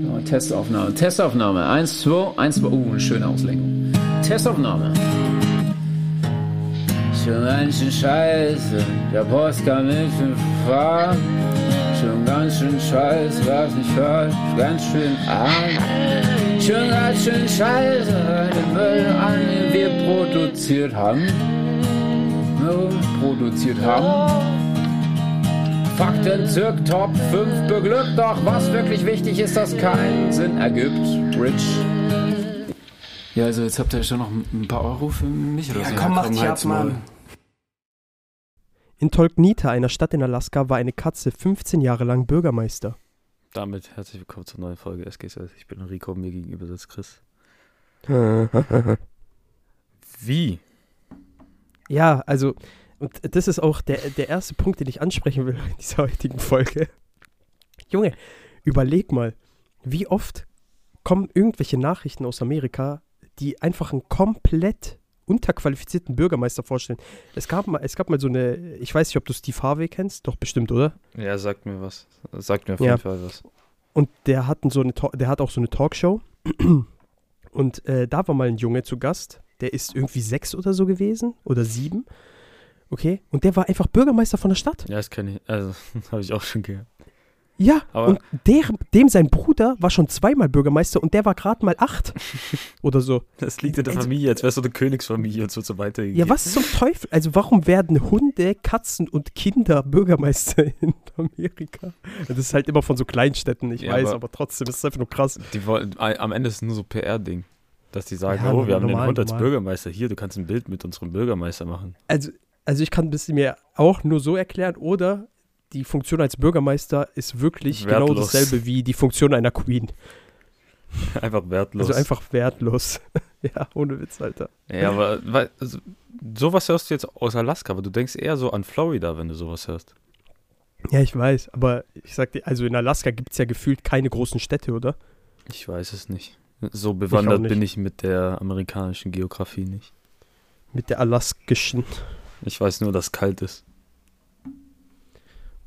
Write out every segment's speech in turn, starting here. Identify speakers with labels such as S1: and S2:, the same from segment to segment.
S1: So, Testaufnahme, Testaufnahme. Eins, zwei, eins, zwei. Uh, eine schöne Auslenkung. Testaufnahme. Schon ganz schön scheiße, der Post kann nicht fahren. Schon ganz schön scheiße, was nicht hört, ganz schön arm. Schon ganz schön scheiße, den Müll an, den wir produziert haben. Ne, produziert haben. Fakten zirk Top 5 beglückt, doch was wirklich wichtig ist, das keinen Sinn ergibt. Rich. Ja, also jetzt habt ihr schon noch ein paar Euro für mich oder
S2: Ja,
S1: so.
S2: komm, mach dich ab,
S1: halt's Maul.
S2: Mann.
S3: In Tolknita, einer Stadt in Alaska, war eine Katze 15 Jahre lang Bürgermeister.
S4: Damit herzlich willkommen zur neuen Folge SGSS. Ich bin Rico, mir gegenüber sitzt Chris. Wie?
S3: Ja, also, und das ist auch der, der erste Punkt, den ich ansprechen will in dieser heutigen Folge. Junge, überleg mal, wie oft kommen irgendwelche Nachrichten aus Amerika, die einfach einen komplett unterqualifizierten Bürgermeister vorstellen. Es gab mal, es gab mal so eine, ich weiß nicht, ob du Steve Harvey kennst, doch bestimmt, oder?
S4: Ja, sagt mir was. Sagt mir auf
S3: Ja.
S4: jeden Fall was.
S3: Und der hat, so eine, Talk- der hat auch so eine Talkshow. Und äh, da war mal ein Junge zu Gast. Der ist irgendwie sechs oder so gewesen. Oder sieben. Okay. Und der war einfach Bürgermeister von der Stadt.
S4: Ja, das kenne ich. Also, habe ich auch schon gehört.
S3: Ja.
S4: Aber-
S3: und der, dem sein Bruder war schon zweimal Bürgermeister und der war gerade mal acht. oder so.
S4: Das liegt in der
S3: Also-
S4: Familie, als wärst du eine Königsfamilie und so, so weitergegeben.
S3: Ja, was zum Teufel? Also, warum werden Hunde, Katzen und Kinder Bürgermeister in Amerika? Das ist halt immer von so Kleinstädten, ich
S4: Ja,
S3: weiß,
S4: aber-
S3: aber trotzdem ist es einfach nur krass.
S4: Die wollen, a- am Ende ist es nur so PR-Ding. Dass die sagen,
S3: Ja,
S4: oh, wir haben
S3: normal,
S4: den Hund als
S3: normal.
S4: Bürgermeister. Hier, du kannst ein Bild mit unserem Bürgermeister machen.
S3: Also, also ich kann das mir auch nur so erklären, oder die Funktion als Bürgermeister ist wirklich genau
S4: Wertlos.
S3: dasselbe wie die Funktion einer Queen.
S4: Einfach wertlos.
S3: Also einfach wertlos. ja, ohne Witz, Alter.
S4: Ja, aber weil, also, sowas hörst du jetzt aus Alaska, aber du denkst eher so an Florida, wenn du sowas hörst.
S3: Ja, ich weiß, aber ich sag dir, also in Alaska gibt es ja gefühlt keine großen Städte, oder?
S4: Ich weiß es nicht. So bewandert
S3: nicht.
S4: bin ich mit der amerikanischen Geografie nicht.
S3: Mit der alaskischen.
S4: Ich weiß nur, dass es kalt ist.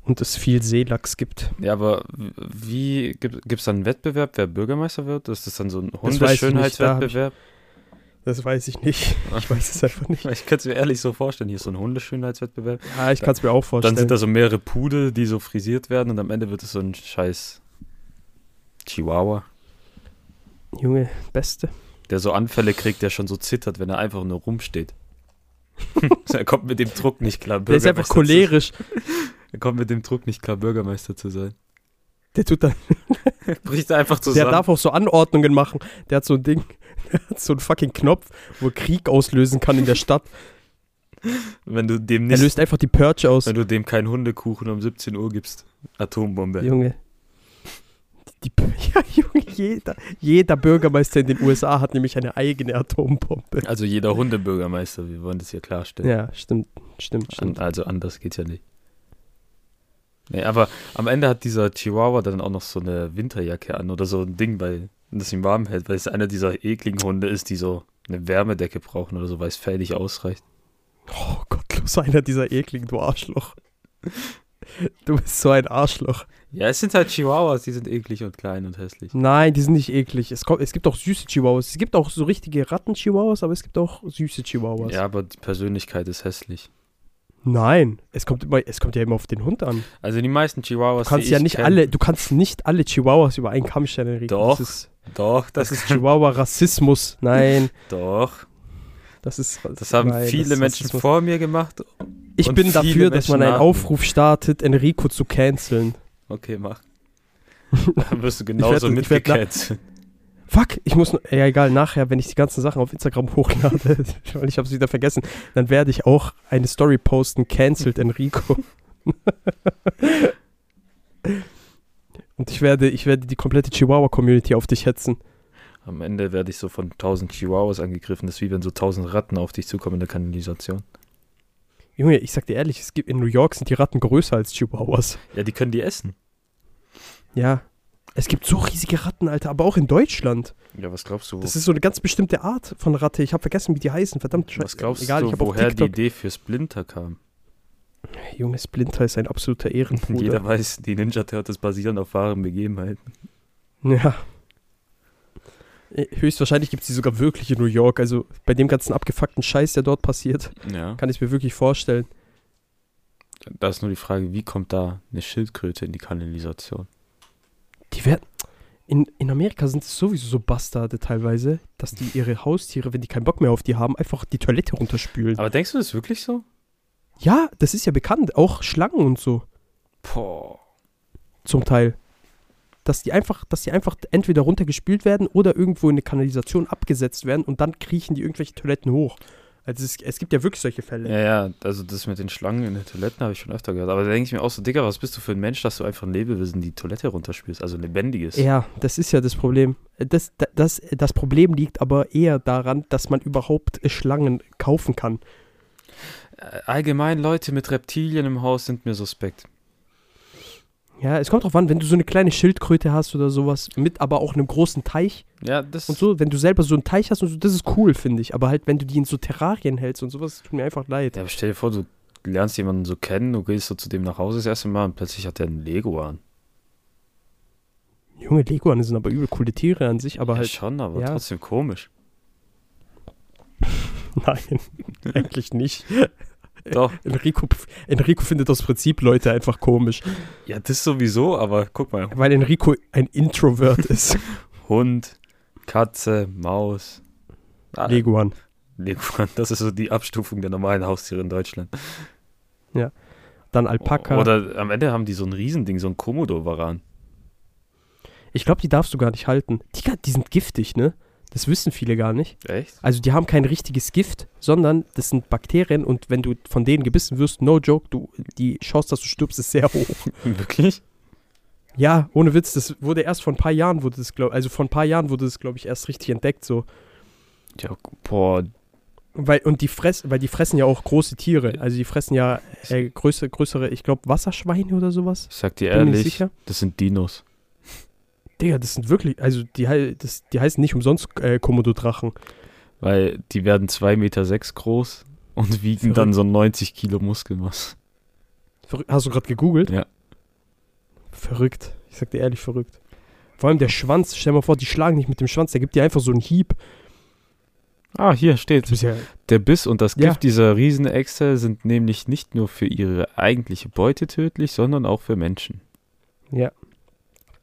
S3: Und es viel Seelachs gibt.
S4: Ja, aber w- wie gibt es dann einen Wettbewerb, wer Bürgermeister wird? Ist das dann so
S3: weiß
S4: ein
S3: ich nicht,
S4: Hundeschönheitswettbewerb?
S3: Das weiß ich nicht. Ich weiß es einfach nicht.
S4: Ich, ich könnte es mir ehrlich so vorstellen, hier ist so ein Hundeschönheitswettbewerb.
S3: Ja, ich kann es mir auch
S4: Dann
S3: vorstellen.
S4: sind da so mehrere Pudel, die so frisiert werden und am Ende wird es so ein scheiß Chihuahua,
S3: Junge, Beste.
S4: der so Anfälle kriegt, der schon so zittert, wenn er einfach nur rumsteht. So, er kommt mit dem Druck nicht klar,
S3: Der ist einfach cholerisch.
S4: Bürgermeister zu- Er kommt mit dem Druck nicht klar, Bürgermeister zu sein.
S3: Der tut dann
S4: bricht einfach
S3: Der
S4: zusammen.
S3: darf auch so Anordnungen machen. Der hat so ein Ding, der hat so einen fucking Knopf, wo er Krieg auslösen kann in der Stadt.
S4: wenn du dem
S3: Er
S4: nicht,
S3: löst einfach die Purge aus.
S4: wenn du dem keinen Hundekuchen um 17 Uhr gibst, Atombombe.
S3: Junge. Die, die, ja, Junge, jeder, jeder Bürgermeister in den USA hat nämlich eine eigene Atombombe.
S4: Also jeder Hundebürgermeister, wir wollen das hier klarstellen.
S3: Ja, stimmt, stimmt,
S4: An,
S3: stimmt.
S4: also anders geht's ja nicht. Nee, aber am Ende hat dieser Chihuahua dann auch noch so eine Winterjacke an oder so ein Ding, weil das ihn warm hält, weil es einer dieser ekligen Hunde ist, die so eine Wärmedecke brauchen oder so, weil es fertig ausreicht.
S3: Oh gottlos, einer dieser ekligen, du Arschloch. Du bist so ein Arschloch.
S4: Ja, es sind halt Chihuahuas, die sind eklig und klein und hässlich.
S3: Nein, die sind nicht eklig. Es, kommt, es gibt auch süße Chihuahuas. Es gibt auch so richtige Ratten-Chihuahuas, aber es gibt auch süße Chihuahuas.
S4: Ja, aber die Persönlichkeit ist hässlich.
S3: Nein, es kommt, immer, es kommt ja immer auf den Hund an.
S4: Also die meisten Chihuahuas,
S3: Du kannst
S4: die
S3: ja
S4: ich
S3: nicht
S4: kenn-
S3: alle, du kannst nicht alle Chihuahuas über einen Kamm stellen, Enrico.
S4: Doch.
S3: Das ist,
S4: Doch, das,
S3: das ist
S4: ist
S3: Chihuahua-Rassismus. Nein,
S4: doch.
S3: das ist.
S4: Das haben
S3: nein,
S4: viele
S3: das ist
S4: Menschen
S3: Rassismus.
S4: vor mir gemacht.
S3: Ich
S4: und
S3: bin
S4: viele
S3: dafür, dass man einen
S4: Menschen nach mir.
S3: Aufruf startet, Enrico zu canceln.
S4: Okay, mach. Dann wirst du genauso
S3: werd- ich werd la-
S4: mitgecancelt.
S3: Fuck, ich muss. noch- Ja, egal, nachher, wenn ich die ganzen Sachen auf Instagram hochlade, weil ich habe es wieder vergessen, dann werde ich auch eine Story posten, cancelt Enrico. Und ich werde, ich werde die komplette Chihuahua-Community auf dich hetzen.
S4: Am Ende werde ich so von 1000 Chihuahuas angegriffen. Das ist wie wenn so 1000 Ratten auf dich zukommen in der Kanalisation.
S3: Junge, ich sag dir ehrlich, es gibt, in New York sind die Ratten größer als Chihuahuas.
S4: Ja, die können die essen.
S3: Ja. Es gibt so riesige Ratten, Alter, aber auch in Deutschland.
S4: Ja, was glaubst du, wo,
S3: Das ist so eine ganz bestimmte Art von Ratte. Ich habe vergessen, wie die heißen. Verdammt, scheiße.
S4: was glaubst
S3: Egal, ich
S4: du
S3: habe auch
S4: woher die
S3: TikTok.
S4: Idee für Splinter kam?
S3: Junge, Splinter ist ein absoluter Ehrenbruder.
S4: Jeder weiß, die Ninja Turtles basieren auf wahren Begebenheiten.
S3: Ja. Eh, Höchstwahrscheinlich gibt es die sogar wirklich in New York. Also bei dem ganzen abgefuckten Scheiß, der dort passiert,
S4: Ja.
S3: kann ich mir wirklich vorstellen.
S4: Da ist nur die Frage, wie kommt da eine Schildkröte in die Kanalisation?
S3: Die werden. In, in Amerika sind es sowieso so Bastarde teilweise, dass die ihre Haustiere, wenn die keinen Bock mehr auf die haben, einfach die Toilette runterspülen.
S4: Aber denkst du, das ist wirklich so?
S3: ja, das ist ja bekannt. Auch Schlangen und so.
S4: Boah.
S3: zum Teil. Dass die einfach, dass die einfach entweder runtergespült werden oder irgendwo in eine Kanalisation abgesetzt werden und dann kriechen die irgendwelche Toiletten hoch. Also es, es gibt ja wirklich solche Fälle.
S4: Ja, ja, also das mit den Schlangen in den Toiletten habe ich schon öfter gehört. Aber da denke ich mir auch so, Digga, was bist du für ein Mensch, dass du einfach ein Lebewesen die Toilette runterspülst, also ein lebendiges.
S3: Ja, das ist ja das Problem. Das, das, das Problem liegt aber eher daran, dass man überhaupt äh, Schlangen kaufen kann.
S4: Äh, Allgemein Leute mit Reptilien im Haus sind mir suspekt.
S3: Ja, es kommt drauf an, wenn du so eine kleine Schildkröte hast oder sowas, mit aber auch einem großen Teich
S4: Ja, das
S3: und so, wenn du selber so einen Teich hast und so, das ist cool, finde ich. Aber halt, wenn du die in so Terrarien hältst und sowas, tut mir einfach leid.
S4: Ja, aber stell dir vor, du lernst jemanden so kennen, du gehst so zu dem nach Hause das erste Mal und plötzlich hat er einen Lego an.
S3: Junge, Leguane sind aber übel coole Tiere an sich, aber
S4: ja,
S3: halt.
S4: schon, aber
S3: ja.
S4: trotzdem komisch.
S3: Nein, eigentlich nicht. Äh.
S4: Doch.
S3: Enrico, Enrico findet aus Prinzip Leute einfach komisch,
S4: Ja, das sowieso, aber guck mal.
S3: weil Enrico ein Introvert ist.
S4: Hund, Katze, Maus. Ah,
S3: Leguan.
S4: Leguan, das ist so die Abstufung der normalen Haustiere in Deutschland.
S3: Dann Alpaka.
S4: Oder am Ende haben die so ein Riesending, so ein Komodo-Varan.
S3: ich glaube, die darfst du gar nicht halten. Digga, die sind giftig, ne? Das wissen viele gar nicht.
S4: Echt?
S3: Also die haben kein richtiges Gift, sondern das sind Bakterien und wenn du von denen gebissen wirst, no joke, du, die Chance, dass du stirbst, ist sehr hoch.
S4: Wirklich?
S3: Ja, ohne Witz, das wurde erst vor ein paar Jahren wurde das, glaube also vor ein paar Jahren wurde das, glaube ich, erst richtig entdeckt so.
S4: Ja, boah.
S3: Weil, und die fressen, weil die fressen ja auch große Tiere. Also die fressen ja äh, größere, größere, ich glaube, Wasserschweine oder sowas.
S4: Ich sag dir
S3: Bin mir nicht
S4: ehrlich,
S3: sicher.
S4: das sind Dinos.
S3: Digga, das sind wirklich, also die, hei- das, die heißen nicht umsonst äh, Komodo-Drachen.
S4: Weil die werden 2,6 Meter sechs groß und wiegen
S3: Verrückt.
S4: dann so 90 Kilo Muskelmasse.
S3: Verrück- Hast du gerade gegoogelt?
S4: Ja.
S3: Verrückt. Ich sag dir ehrlich, verrückt. Vor allem der Schwanz, stell mal vor, die schlagen nicht mit dem Schwanz, der gibt dir einfach so einen Hieb.
S4: Ah, hier steht.
S3: Du bist ja,
S4: Der Biss und das
S3: Ja.
S4: Gift dieser Riesenechse sind nämlich nicht nur für ihre eigentliche Beute tödlich, sondern auch für Menschen.
S3: ja.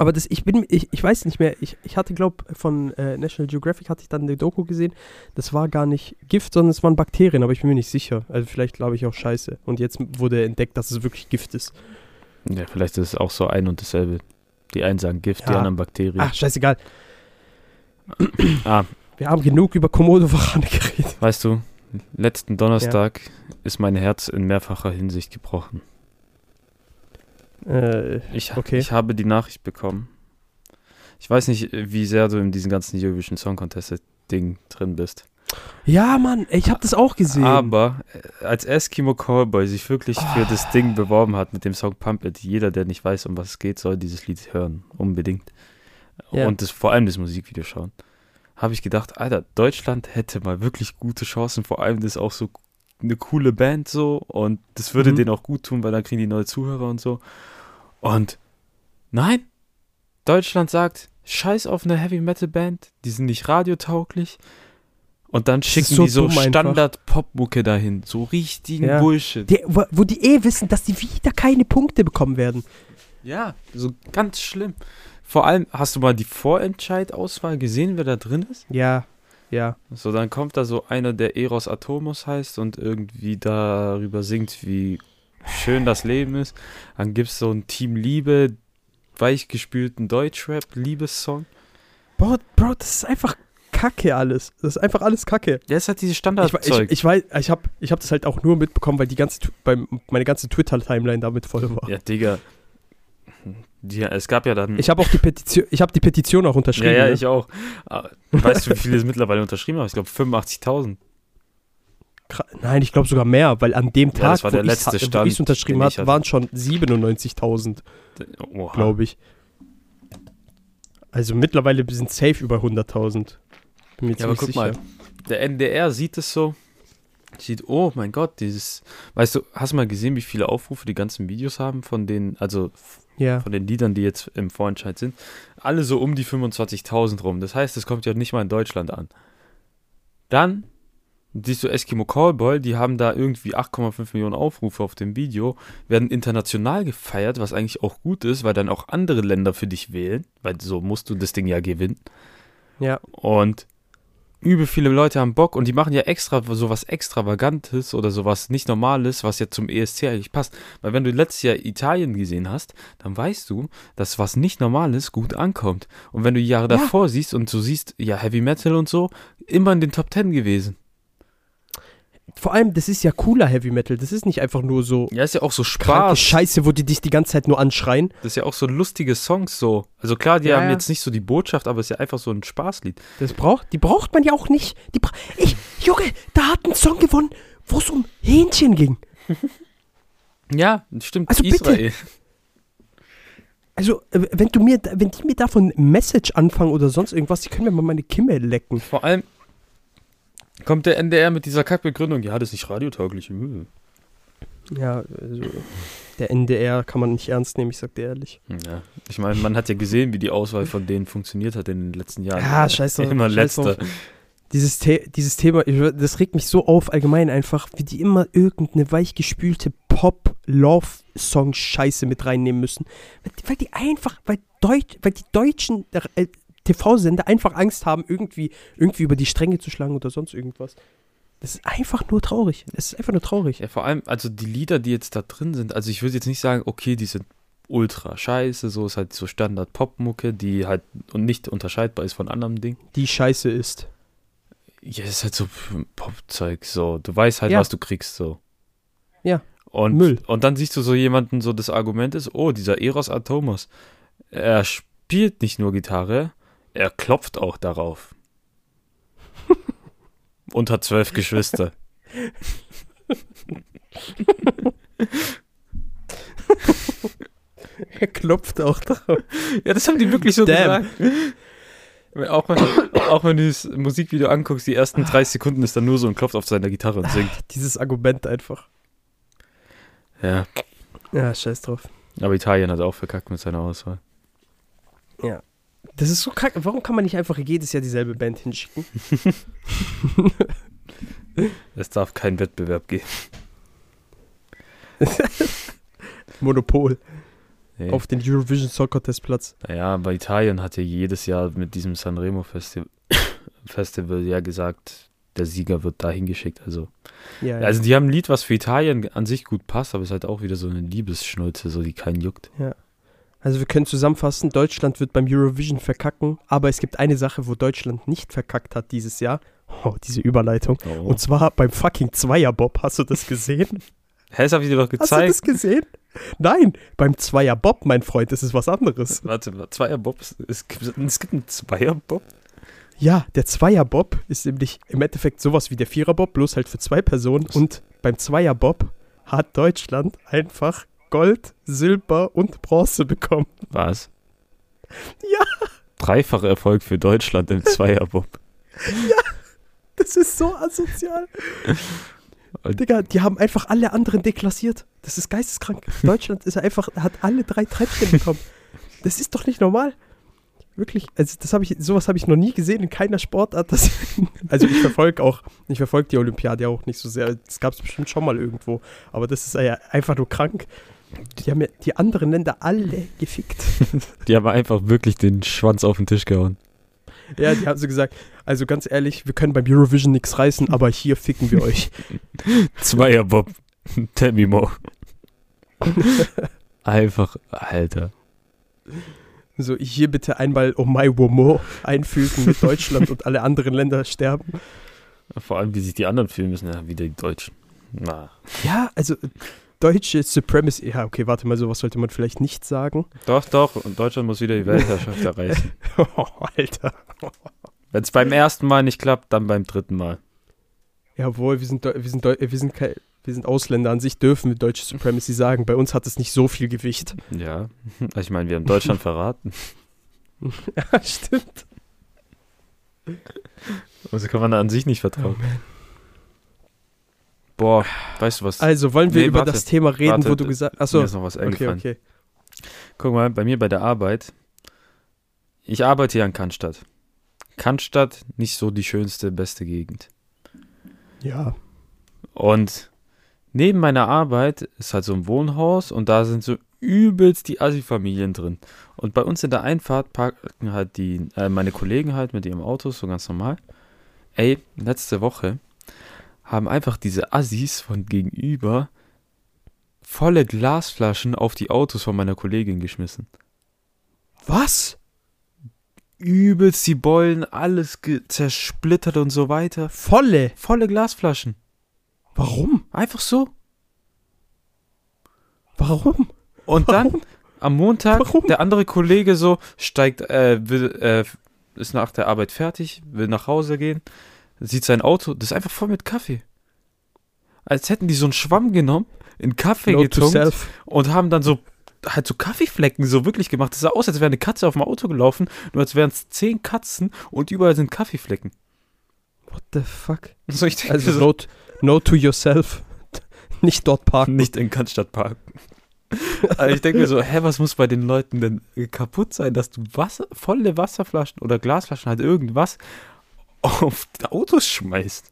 S3: Aber das, ich bin, ich, ich weiß nicht mehr, ich, ich hatte, glaube von äh, National Geographic hatte ich dann eine Doku gesehen, das war gar nicht Gift, sondern es waren Bakterien, aber ich bin mir nicht sicher. Also vielleicht glaube ich auch scheiße. Und jetzt wurde entdeckt, dass es wirklich Gift ist.
S4: Ja, vielleicht ist es auch so ein und dasselbe. Die einen sagen Gift, die
S3: Ja.
S4: anderen Bakterien.
S3: Ach, scheißegal.
S4: Ah,
S3: Wir haben genug über Komodo-Warane geredet.
S4: weißt du, letzten Donnerstag ist mein Herz in mehrfacher Hinsicht gebrochen.
S3: Äh,
S4: Ich,
S3: Okay.
S4: ich habe die Nachricht bekommen. Ich weiß nicht, wie sehr du in diesem ganzen Eurovision Song Contest Ding drin bist.
S3: ja, Mann, ey, ich habe das auch gesehen.
S4: Aber äh, als Eskimo Cowboy sich wirklich für das Ding beworben hat mit dem Song Pump It, jeder, der nicht weiß, um was es geht, soll dieses Lied hören. Unbedingt.
S3: Ja.
S4: Und das, vor allem das Musikvideo schauen. Habe ich gedacht, Alter, Deutschland hätte mal wirklich gute Chancen. Vor allem das ist auch so eine coole Band so. Und das würde
S3: Mhm.
S4: denen auch gut tun, weil dann kriegen die neue Zuhörer und so. Und nein, Deutschland sagt, scheiß auf eine Heavy Metal Band, die sind nicht radiotauglich. Und dann
S3: ist
S4: schicken
S3: so
S4: die so
S3: dumm einfach.
S4: Standard-Pop-Mucke dahin. So richtigen
S3: Ja.
S4: Bullshit.
S3: Die, wo, wo die eh wissen, dass die wieder keine Punkte bekommen werden.
S4: Ja, so ganz schlimm. Vor allem, hast du mal die Vorentscheidauswahl gesehen, wer da drin ist?
S3: Ja, ja.
S4: So, dann kommt da so einer, der Eros Atomos heißt und irgendwie darüber singt, wie schön das Leben ist. Dann gibt's so ein Team Liebe, weichgespülten Deutschrap-Liebessong.
S3: Bro, Bro, das ist einfach Kacke alles. Das ist einfach alles Kacke.
S4: Der ist halt dieses
S3: Ich, wa- ich,
S4: Standardzeug.
S3: ich weiß, ich habe ich hab das halt auch nur mitbekommen, weil die ganze, Tu- beim, meine ganze Twitter-Timeline damit voll war.
S4: Ja, Digga. Ja, es gab ja dann.
S3: Ich habe auch die Petition, ich habe die Petition auch
S4: ja,
S3: unterschrieben.
S4: ja,
S3: ne?
S4: ich auch. Aber Weißt du, wie viele es mittlerweile unterschrieben haben? Ich glaube 85.000.
S3: Kra- Nein, ich glaube sogar mehr, weil an dem Tag,
S4: das war der
S3: ich's
S4: letzte
S3: ha- wo
S4: Stand,
S3: ich es unterschrieben
S4: den ich
S3: habe,
S4: hatte. Ah.
S3: waren schon 97.000,
S4: Oha.
S3: glaube ich. Also mittlerweile sind safe über 100.000. Bin mir
S4: Ja, aber
S3: ziemlich
S4: guck
S3: sicher.
S4: mal, der NDR sieht es so, sieht, oh mein Gott, dieses. Weißt du, hast du mal gesehen, wie viele Aufrufe die ganzen Videos haben von den, also
S3: Ja.
S4: von den Liedern, die jetzt im Vorentscheid sind? Alle so um die 25.000 rum. Das heißt, es kommt ja nicht mal in Deutschland an. Dann siehst du Eskimo Callboy, die haben da irgendwie 8,5 Millionen Aufrufe auf dem Video, werden international gefeiert, was eigentlich auch gut ist, weil dann auch andere Länder für dich wählen, weil so musst du das Ding ja gewinnen.
S3: Ja.
S4: Und übel viele Leute haben Bock und die machen ja extra sowas Extravagantes oder sowas nicht Normales, was ja zum ESC eigentlich passt. Weil wenn du letztes Jahr Italien gesehen hast, dann weißt du, dass was nicht Normales gut ankommt. Und wenn du die Jahre davor siehst und du siehst, ja, Heavy Metal und so, immer in den Top Ten gewesen.
S3: Vor allem, das ist ja cooler Heavy Metal. Das ist nicht einfach nur so
S4: Ja, ist ja auch so
S3: kranke
S4: Spaß.
S3: Scheiße, wo die dich die ganze Zeit nur anschreien.
S4: Das ist ja auch so lustige Songs so. Also klar, die
S3: Ja,
S4: haben
S3: ja.
S4: jetzt nicht so die Botschaft, aber es ist ja einfach so ein Spaßlied.
S3: Das braucht, die braucht man ja auch nicht. Die bra ich, Junge, da hat ein Song gewonnen, wo es um Hähnchen ging.
S4: Ja, stimmt.
S3: Also bitte.
S4: Israel.
S3: Also, äh, wenn du mir, da- wenn die mir davon Message anfangen oder sonst irgendwas, die können mir mal meine Kimme lecken.
S4: Vor allem kommt der NDR mit dieser Kackbegründung, ja, das ist nicht radiotauglich. hm.
S3: Ja, also, der NDR kann man nicht ernst nehmen, ich sag dir ehrlich.
S4: Ja. Ich meine, man hat ja gesehen, wie die Auswahl von denen funktioniert hat in den letzten Jahren.
S3: Ja, scheiß drauf,
S4: Immer
S3: scheiß
S4: letzter.
S3: Dieses, The dieses Thema, ich, wür- das regt mich so auf allgemein einfach, wie die immer irgendeine weichgespülte Pop-Love-Song-Scheiße mit reinnehmen müssen. Weil die- Weil die einfach, weil, Deutsch, weil die deutschen äh, TV-Sender einfach Angst haben, irgendwie, irgendwie über die Stränge zu schlagen oder sonst irgendwas. Das ist einfach nur traurig. Es ist einfach nur traurig.
S4: Ja, vor allem, also die Lieder, die jetzt da drin sind, also ich würde jetzt nicht sagen, okay, die sind ultra scheiße, so ist halt so Standard-Pop-Mucke, die halt und nicht unterscheidbar ist von anderem Ding.
S3: Die Scheiße ist.
S4: Ja, es ist halt so Popzeug, so. Du weißt halt,
S3: Ja.
S4: was du kriegst, so.
S3: Ja.
S4: Und,
S3: Müll.
S4: und dann siehst du so jemanden, so das Argument ist, oh, dieser Eros Atomos, er spielt nicht nur Gitarre, er klopft auch darauf. und hat zwölf Geschwister.
S3: Er klopft auch drauf.
S4: Ja, das haben die wirklich so
S3: Damn.
S4: gesagt. Auch wenn, auch wenn du das Musikvideo anguckst, die ersten 30 Sekunden ist dann nur so und klopft auf seiner Gitarre und singt.
S3: Dieses Argument einfach.
S4: Ja,
S3: Ja, scheiß drauf.
S4: aber Italien hat auch verkackt mit seiner Auswahl.
S3: Das ist so kacke. Warum kann man nicht einfach jedes Jahr dieselbe Band hinschicken?
S4: Es darf keinen Wettbewerb geben.
S3: Monopol
S4: Nee.
S3: auf den Eurovision Song Contest Platz.
S4: Naja, aber Italien hat ja jedes Jahr mit diesem Sanremo Festi Festival ja gesagt, der Sieger wird dahin geschickt. Also,
S3: Ja, ja.
S4: also die haben ein Lied, was für Italien an sich gut passt, aber es ist halt auch wieder so eine Liebesschnulze, so die keinen juckt.
S3: also wir können zusammenfassen, Deutschland wird beim Eurovision verkacken, aber es gibt eine Sache, wo Deutschland nicht verkackt hat dieses Jahr. Oh, diese Überleitung.
S4: Oh.
S3: Und zwar beim fucking Zweierbob. Hast du das gesehen?
S4: Hä, das habe ich dir doch
S3: Hast du
S4: gezeigt.
S3: das gesehen? Nein, beim Zweierbob, mein Freund, das ist was anderes.
S4: Warte, Zweierbob, ist- es gibt, es gibt einen Zweierbob?
S3: Ja, der Zweierbob ist nämlich im Endeffekt sowas wie der Viererbob, bloß halt für zwei Personen. Und beim Zweierbob hat Deutschland einfach Gold, Silber und Bronze bekommen.
S4: Was?
S3: Ja.
S4: Dreifacher Erfolg für Deutschland im Zweierbob.
S3: Das ist so asozial. Digga, die haben einfach alle anderen deklassiert. Das ist geisteskrank. Deutschland ist einfach, hat alle drei Treppchen bekommen. Das ist doch nicht normal. Wirklich, also das habe ich, sowas habe ich noch nie gesehen in keiner Sportart. Das, also ich verfolge auch, ich verfolge die Olympiade ja auch nicht so sehr. Das gab es bestimmt schon mal irgendwo. Aber das ist ja einfach nur krank. Die haben ja die anderen Länder alle gefickt.
S4: Die haben einfach wirklich den Schwanz auf den Tisch gehauen.
S3: Ja, die haben so gesagt, also ganz ehrlich, wir können beim Eurovision nichts reißen, aber hier ficken wir euch.
S4: Zweierbob. Tammy Mo. Einfach, Alter.
S3: So, hier bitte einmal Oh My Womo einfügen mit Deutschland und alle anderen Länder sterben.
S4: Vor allem, wie sich die anderen fühlen müssen, ja, wieder die Deutschen. Na.
S3: Ja, also äh, deutsche Supremacy. Ja, okay, warte mal, sowas sollte man vielleicht nicht sagen.
S4: Doch, doch, und Deutschland muss wieder die Weltherrschaft erreichen.
S3: Oh, Alter.
S4: Wenn es beim ersten Mal nicht klappt, dann beim dritten Mal.
S3: Jawohl, wir sind, Deu- wir sind, Deu- äh, wir sind, kei- wir sind Ausländer an sich, dürfen wir deutsche Supremacy sagen. Bei uns hat es nicht so viel Gewicht.
S4: Ja. Also ich meine, wir haben Deutschland verraten.
S3: Ja, stimmt.
S4: Also kann man da an sich nicht vertrauen. Boah, weißt du was?
S3: Also wollen wir
S4: Nee,
S3: über
S4: warte,
S3: das Thema reden, wo
S4: warte,
S3: du gesagt
S4: Mir
S3: Achso,
S4: ist noch was
S3: okay,
S4: eingefallen.
S3: okay.
S4: Guck mal, bei mir bei der Arbeit. Ich arbeite ja in Cannstatt. Cannstatt nicht so die schönste, beste Gegend.
S3: Ja.
S4: Und neben meiner Arbeit ist halt so ein Wohnhaus und da sind so übelst die Assi-Familien drin. Und bei uns in der Einfahrt parken halt die, äh, meine Kollegen halt mit ihrem Auto, so ganz normal. Ey, letzte Woche haben einfach diese Assis von gegenüber volle Glasflaschen auf die Autos von meiner Kollegin geschmissen.
S3: Was?
S4: Übelst die Beulen, alles ge- zersplittert und so weiter.
S3: Volle?
S4: Volle Glasflaschen.
S3: Warum?
S4: Einfach so.
S3: Warum?
S4: Und dann
S3: Warum?
S4: am Montag,
S3: Warum?
S4: der andere Kollege so steigt, äh, will, äh, ist nach der Arbeit fertig, will nach Hause gehen, sieht sein Auto, das ist einfach voll mit Kaffee. Als hätten die so einen Schwamm genommen, in Kaffee
S3: Note to
S4: getunkt
S3: self.
S4: und haben dann so halt so Kaffeeflecken so wirklich gemacht. Das sah aus, als wäre eine Katze auf dem Auto gelaufen, nur als wären es zehn Katzen und überall sind Kaffeeflecken.
S3: What the fuck?
S4: So, ich denke,
S3: Also
S4: so,
S3: note, note to yourself. Nicht dort parken.
S4: nicht in Cannstatt parken. Also ich denke mir so, hä, was muss bei den Leuten denn kaputt sein, dass du Wasser, volle Wasserflaschen oder Glasflaschen halt irgendwas auf die Autos schmeißt?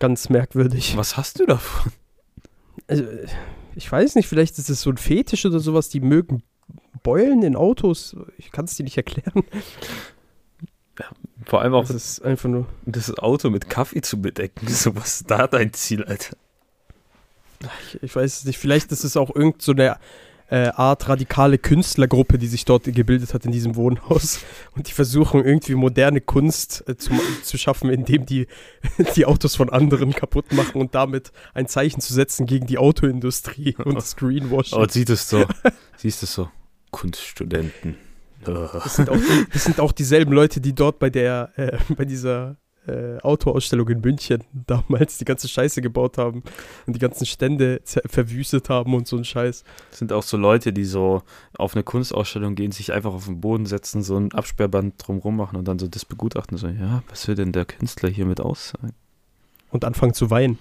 S3: Ganz merkwürdig.
S4: Was hast du davon?
S3: Also, ich weiß nicht, vielleicht ist es so ein Fetisch oder sowas, die mögen Beulen in Autos. Ich kann es dir nicht erklären.
S4: Vor allem auch
S3: Das ist einfach nur.
S4: Also das Auto mit Kaffee zu bedecken. So, was ist da dein Ziel, Alter?
S3: Ich, ich weiß es nicht. Vielleicht ist es auch irgend so eine äh, Art radikale Künstlergruppe, die sich dort gebildet hat in diesem Wohnhaus. Und die versuchen irgendwie moderne Kunst äh, zu, zu schaffen, indem die die Autos von anderen kaputt machen und damit ein Zeichen zu setzen gegen die Autoindustrie und das Greenwashing.
S4: Oh, sieht es so. Siehst es so. Kunststudenten.
S3: Das sind, auch, das sind auch dieselben Leute, die dort bei der, äh, bei dieser äh, Autoausstellung in München damals die ganze Scheiße gebaut haben und die ganzen Stände zer- verwüstet haben und so ein Scheiß.
S4: Das sind auch so Leute, die so auf eine Kunstausstellung gehen, sich einfach auf den Boden setzen, so ein Absperrband drumrum machen und dann so das begutachten. So, ja, was will denn der Künstler hiermit aussagen?
S3: Und anfangen zu weinen.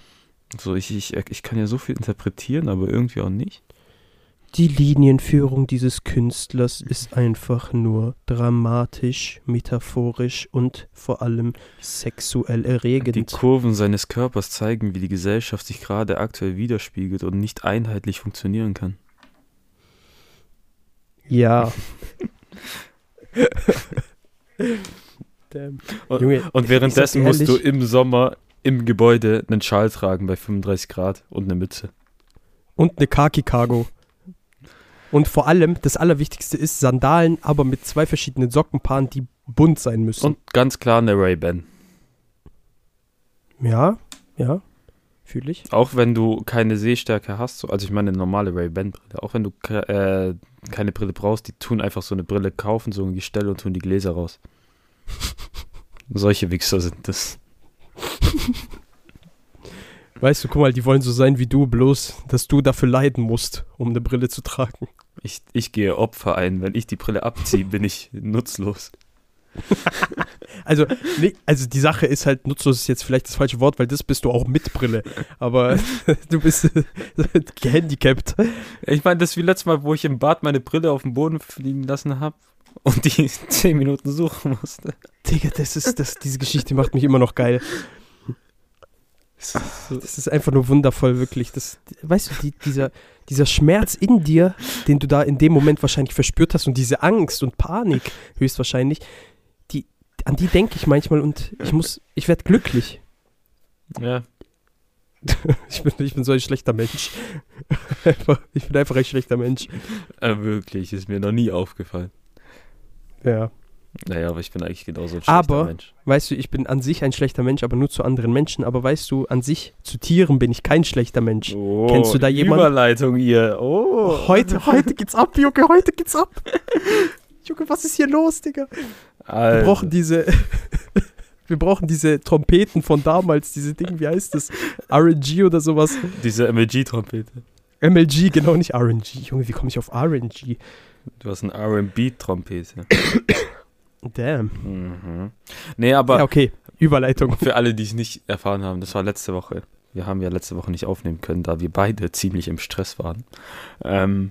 S4: So, ich, ich, ich kann ja so viel interpretieren, aber irgendwie auch nicht.
S3: Die Linienführung dieses Künstlers ist einfach nur dramatisch, metaphorisch und vor allem sexuell
S4: Die
S3: erregend.
S4: Kurven seines Körpers zeigen, wie die Gesellschaft sich gerade aktuell widerspiegelt und nicht einheitlich funktionieren kann.
S3: Ja. Damn.
S4: Und-
S3: Junge,
S4: Und währenddessen
S3: ich sag dir
S4: musst du
S3: ehrlich-
S4: im Sommer im Gebäude einen Schal tragen bei 35 Grad und eine Mütze.
S3: Und eine Kaki-Cargo. Und vor allem, das Allerwichtigste ist Sandalen, aber mit zwei verschiedenen Sockenpaaren, die bunt sein müssen.
S4: Und ganz klar eine Ray-Ban.
S3: ja, ja, fühle ich.
S4: Auch wenn du keine Sehstärke hast, so, also ich meine eine normale Ray-Ban-Brille, auch wenn du ke- äh, keine Brille brauchst, die tun einfach so eine Brille, kaufen so ein Gestell und tun die Gläser raus. Solche Wichser sind das.
S3: Weißt du, guck mal, die wollen so sein wie du, bloß, dass du dafür leiden musst, um eine Brille zu tragen.
S4: Ich, ich gehe Opfer ein. Wenn ich die Brille abziehe, bin ich nutzlos.
S3: Also, nee, also die Sache ist halt, nutzlos ist jetzt vielleicht das falsche Wort, weil das bist du auch mit Brille. Aber du bist gehandicapt.
S4: Ich meine, das ist wie letztes Mal, wo ich im Bad meine Brille auf den Boden fliegen lassen habe und die 10 Minuten suchen musste.
S3: Digga, das ist, das, diese Geschichte macht mich immer noch geil. Das ist einfach nur wundervoll, wirklich. Das, weißt du, die, dieser, dieser Schmerz in dir, den du da in dem Moment wahrscheinlich verspürt hast und diese Angst und Panik höchstwahrscheinlich, die, an die denke ich manchmal und ich muss, ich werde glücklich.
S4: Ja,
S3: Ich bin, ich bin so ein schlechter Mensch. Einfach, ich bin einfach ein schlechter Mensch.
S4: äh, wirklich, ist mir noch nie aufgefallen.
S3: Ja.
S4: Naja, aber ich bin eigentlich genauso ein schlechter
S3: Aber-
S4: Mensch.
S3: Weißt du, ich bin an sich ein schlechter Mensch, aber nur zu anderen Menschen. Aber weißt du, an sich zu Tieren bin ich kein schlechter Mensch.
S4: Oh,
S3: Kennst du da jemanden?
S4: Überleitung ihr. Oh.
S3: Heute, heute geht's ab, Junge, heute geht's ab. Junge, was ist hier los, Digga? Wir
S4: Alter.
S3: brauchen diese. Wir brauchen diese Trompeten von damals, diese Ding, wie heißt das? RNG oder sowas.
S4: Diese MLG-Trompete.
S3: MLG, genau nicht RNG. Junge, wie komme ich auf RNG?
S4: Du hast eine RB-Trompete.
S3: Damn.
S4: mhm. Nee, aber
S3: ja, okay. Überleitung.
S4: für alle, die es nicht erfahren haben, das war letzte Woche. Wir haben ja letzte Woche nicht aufnehmen können, da wir beide ziemlich im Stress waren. Ähm,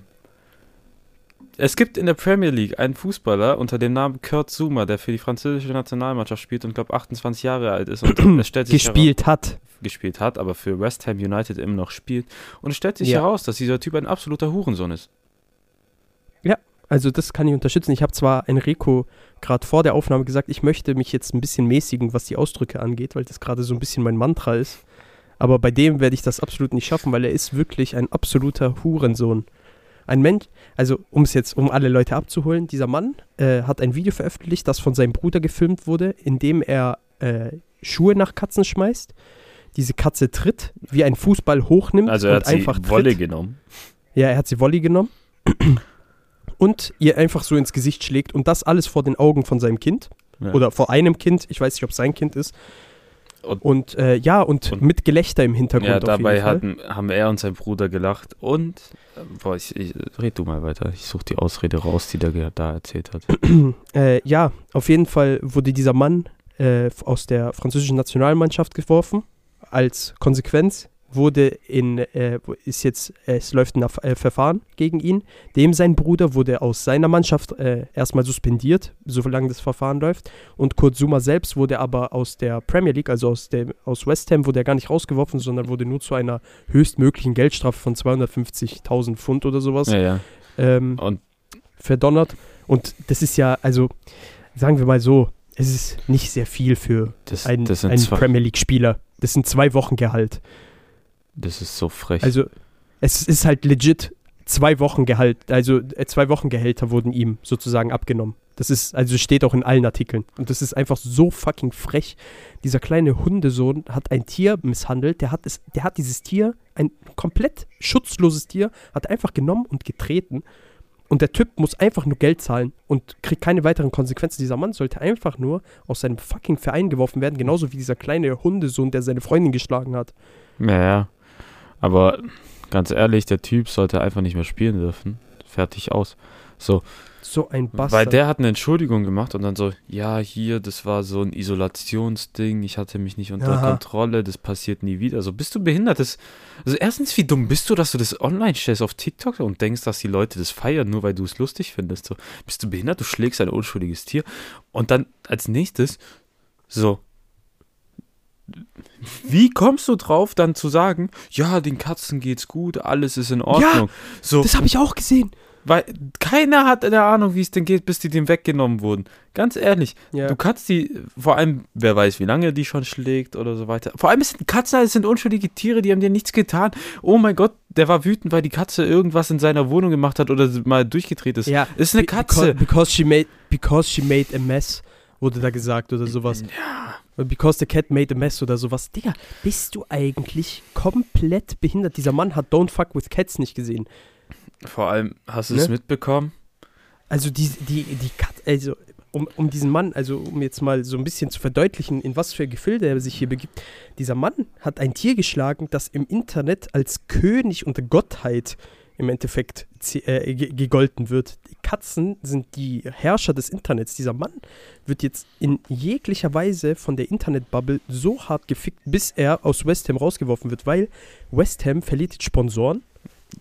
S4: es gibt in der Premier League einen Fußballer unter dem Namen Kurt Zuma, der für die französische Nationalmannschaft spielt und glaube 28 Jahre alt ist und es stellt sich heraus-
S3: Gespielt hat.
S4: gespielt hat, aber für West Ham United immer noch spielt. Und es stellt sich
S3: Ja.
S4: heraus, dass dieser Typ ein absoluter Hurensohn ist.
S3: Also das kann ich unterstützen. Ich habe zwar Enrico gerade vor der Aufnahme gesagt, ich möchte mich jetzt ein bisschen mäßigen, was die Ausdrücke angeht, weil das gerade so ein bisschen mein Mantra ist. Aber bei dem werde ich das absolut nicht schaffen, weil er ist wirklich ein absoluter Hurensohn. Ein Mensch, also um es jetzt, um alle Leute abzuholen, dieser Mann äh, hat ein Video veröffentlicht, das von seinem Bruder gefilmt wurde, in dem er äh, Schuhe nach Katzen schmeißt, diese Katze tritt, wie ein Fußball hochnimmt
S4: Also er hat
S3: und
S4: sie
S3: einfach
S4: Wolle
S3: tritt.
S4: genommen.
S3: Ja, er hat sie Volley genommen und ihr einfach so ins Gesicht schlägt und das alles vor den Augen von seinem Kind
S4: Ja.
S3: oder vor einem Kind, ich weiß nicht, ob es sein Kind ist.
S4: Und-
S3: Und, äh, ja, und,
S4: und-
S3: mit Gelächter im Hintergrund.
S4: Ja,
S3: auf jeden
S4: dabei
S3: Fall.
S4: hatten, haben er und sein Bruder gelacht und. äh, Boah, ich, ich, red du mal weiter. Ich suche die Ausrede raus, die der ge- da erzählt hat.
S3: Äh, ja, auf jeden Fall wurde dieser Mann äh, f- aus der französischen Nationalmannschaft geworfen. Als Konsequenz wurde in, äh, wo ist jetzt, äh, es läuft ein Aff- äh, Verfahren gegen ihn. Dem sein Bruder wurde aus seiner Mannschaft äh, erstmal suspendiert, solange das Verfahren läuft. Und Kurt Zuma selbst wurde aber aus der Premier League, also aus, dem, aus West Ham, wurde er gar nicht rausgeworfen, sondern wurde nur zu einer höchstmöglichen Geldstrafe von 250.000 Pfund oder sowas
S4: Ja, ja.
S3: ähm,
S4: Und-
S3: verdonnert. Und das ist ja, also sagen wir mal so, es ist nicht sehr viel für
S4: Das,
S3: einen,
S4: das, sind
S3: einen
S4: zwei,
S3: Premier League-Spieler. Das sind zwei Wochen Gehalt.
S4: das ist so frech.
S3: Also es ist halt legit zwei Wochen Gehalt, also äh, zwei Wochen Gehälter wurden ihm sozusagen abgenommen. Das ist, also steht auch in allen Artikeln. Und das ist einfach so fucking frech. Dieser kleine Hundesohn hat ein Tier misshandelt, der hat es, der hat dieses Tier, ein komplett schutzloses Tier, hat einfach genommen und getreten. Und der Typ muss einfach nur Geld zahlen und kriegt keine weiteren Konsequenzen. Dieser Mann sollte einfach nur aus seinem fucking Verein geworfen werden, genauso wie dieser kleine Hundesohn, der seine Freundin geschlagen hat.
S4: ja, ja. Aber ganz ehrlich, der Typ sollte einfach nicht mehr spielen dürfen. Fertig aus. So,
S3: So ein Bastard.
S4: Weil der hat eine Entschuldigung gemacht und dann so, ja, hier, das war so ein Isolationsding, ich hatte mich nicht unter
S3: Aha.
S4: Kontrolle, das passiert nie wieder. Also bist du behindert? Das, also erstens, wie dumm bist du, dass du das online stellst auf TikTok und denkst, dass die Leute das feiern, nur weil du es lustig findest. So, bist du behindert? Du schlägst ein unschuldiges Tier. Und dann als nächstes, so. Wie kommst du drauf, dann zu sagen, ja, den Katzen geht's gut, alles ist in Ordnung? so,
S3: Das habe ich auch gesehen.
S4: weil keiner hat eine Ahnung, wie es denn geht, bis die dem weggenommen wurden. Ganz ehrlich,
S3: Ja.
S4: du kannst die, vor allem, wer weiß, wie lange die schon schlägt oder so weiter. Vor allem, es sind Katzen, es sind unschuldige Tiere, die haben dir nichts getan. Oh mein Gott, der war wütend, weil die Katze irgendwas in seiner Wohnung gemacht hat oder mal durchgedreht ist.
S3: ja.
S4: Ist eine
S3: Be-
S4: Katze.
S3: Because, because she made because she made a mess wurde da gesagt oder sowas. Oder Because the cat made a mess oder sowas. Digga, bist du eigentlich komplett behindert? Dieser Mann hat Don't fuck with cats nicht gesehen.
S4: Vor allem, hast du
S3: Ne?
S4: es mitbekommen?
S3: Also die die die Kat also um, um diesen Mann, also um jetzt mal so ein bisschen zu verdeutlichen, in was für Gefilde er sich hier begibt. Dieser Mann hat ein Tier geschlagen, das im Internet als König und Gottheit im Endeffekt zi- äh, ge- gegolten wird. Die Katzen sind die Herrscher des Internets. Dieser Mann wird jetzt in jeglicher Weise von der Internetbubble so hart gefickt, bis er aus West Ham rausgeworfen wird, weil West Ham verliert jetzt Sponsoren.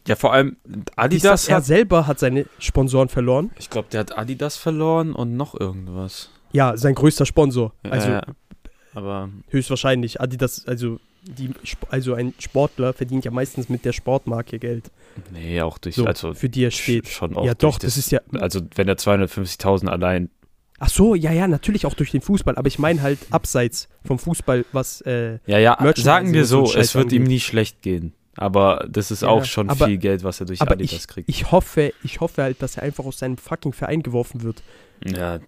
S4: Ja, vor allem,
S3: Dies, das
S4: Adidas
S3: er
S4: hat.
S3: selber hat seine Sponsoren verloren.
S4: Ich glaube, der hat Adidas verloren und noch irgendwas.
S3: Ja, sein größter Sponsor. Also
S4: ja, aber
S3: höchstwahrscheinlich. Adidas, also, die, Sp- also ein Sportler verdient ja meistens mit der Sportmarke Geld,
S4: nee, auch durch.
S3: so,
S4: also,
S3: für die er steht.
S4: schon auch
S3: Ja,
S4: durch
S3: doch, das, ist ja.
S4: Also, wenn er 250.000 allein
S3: Ach so, ja, ja, natürlich auch durch den Fußball, aber ich meine halt abseits vom Fußball, was. Äh,
S4: Ja, ja,
S3: Merchandising
S4: sagen wir
S3: und so
S4: so,
S3: einen Scheiß
S4: es wird ihm
S3: angeht.
S4: nie schlecht gehen. Aber das ist
S3: Ja,
S4: auch schon
S3: aber-
S4: viel Geld, was er durch
S3: aber
S4: Adidas
S3: ich,
S4: kriegt.
S3: ich hoffe, ich hoffe halt, dass er einfach aus seinem fucking Verein geworfen wird.
S4: Ja.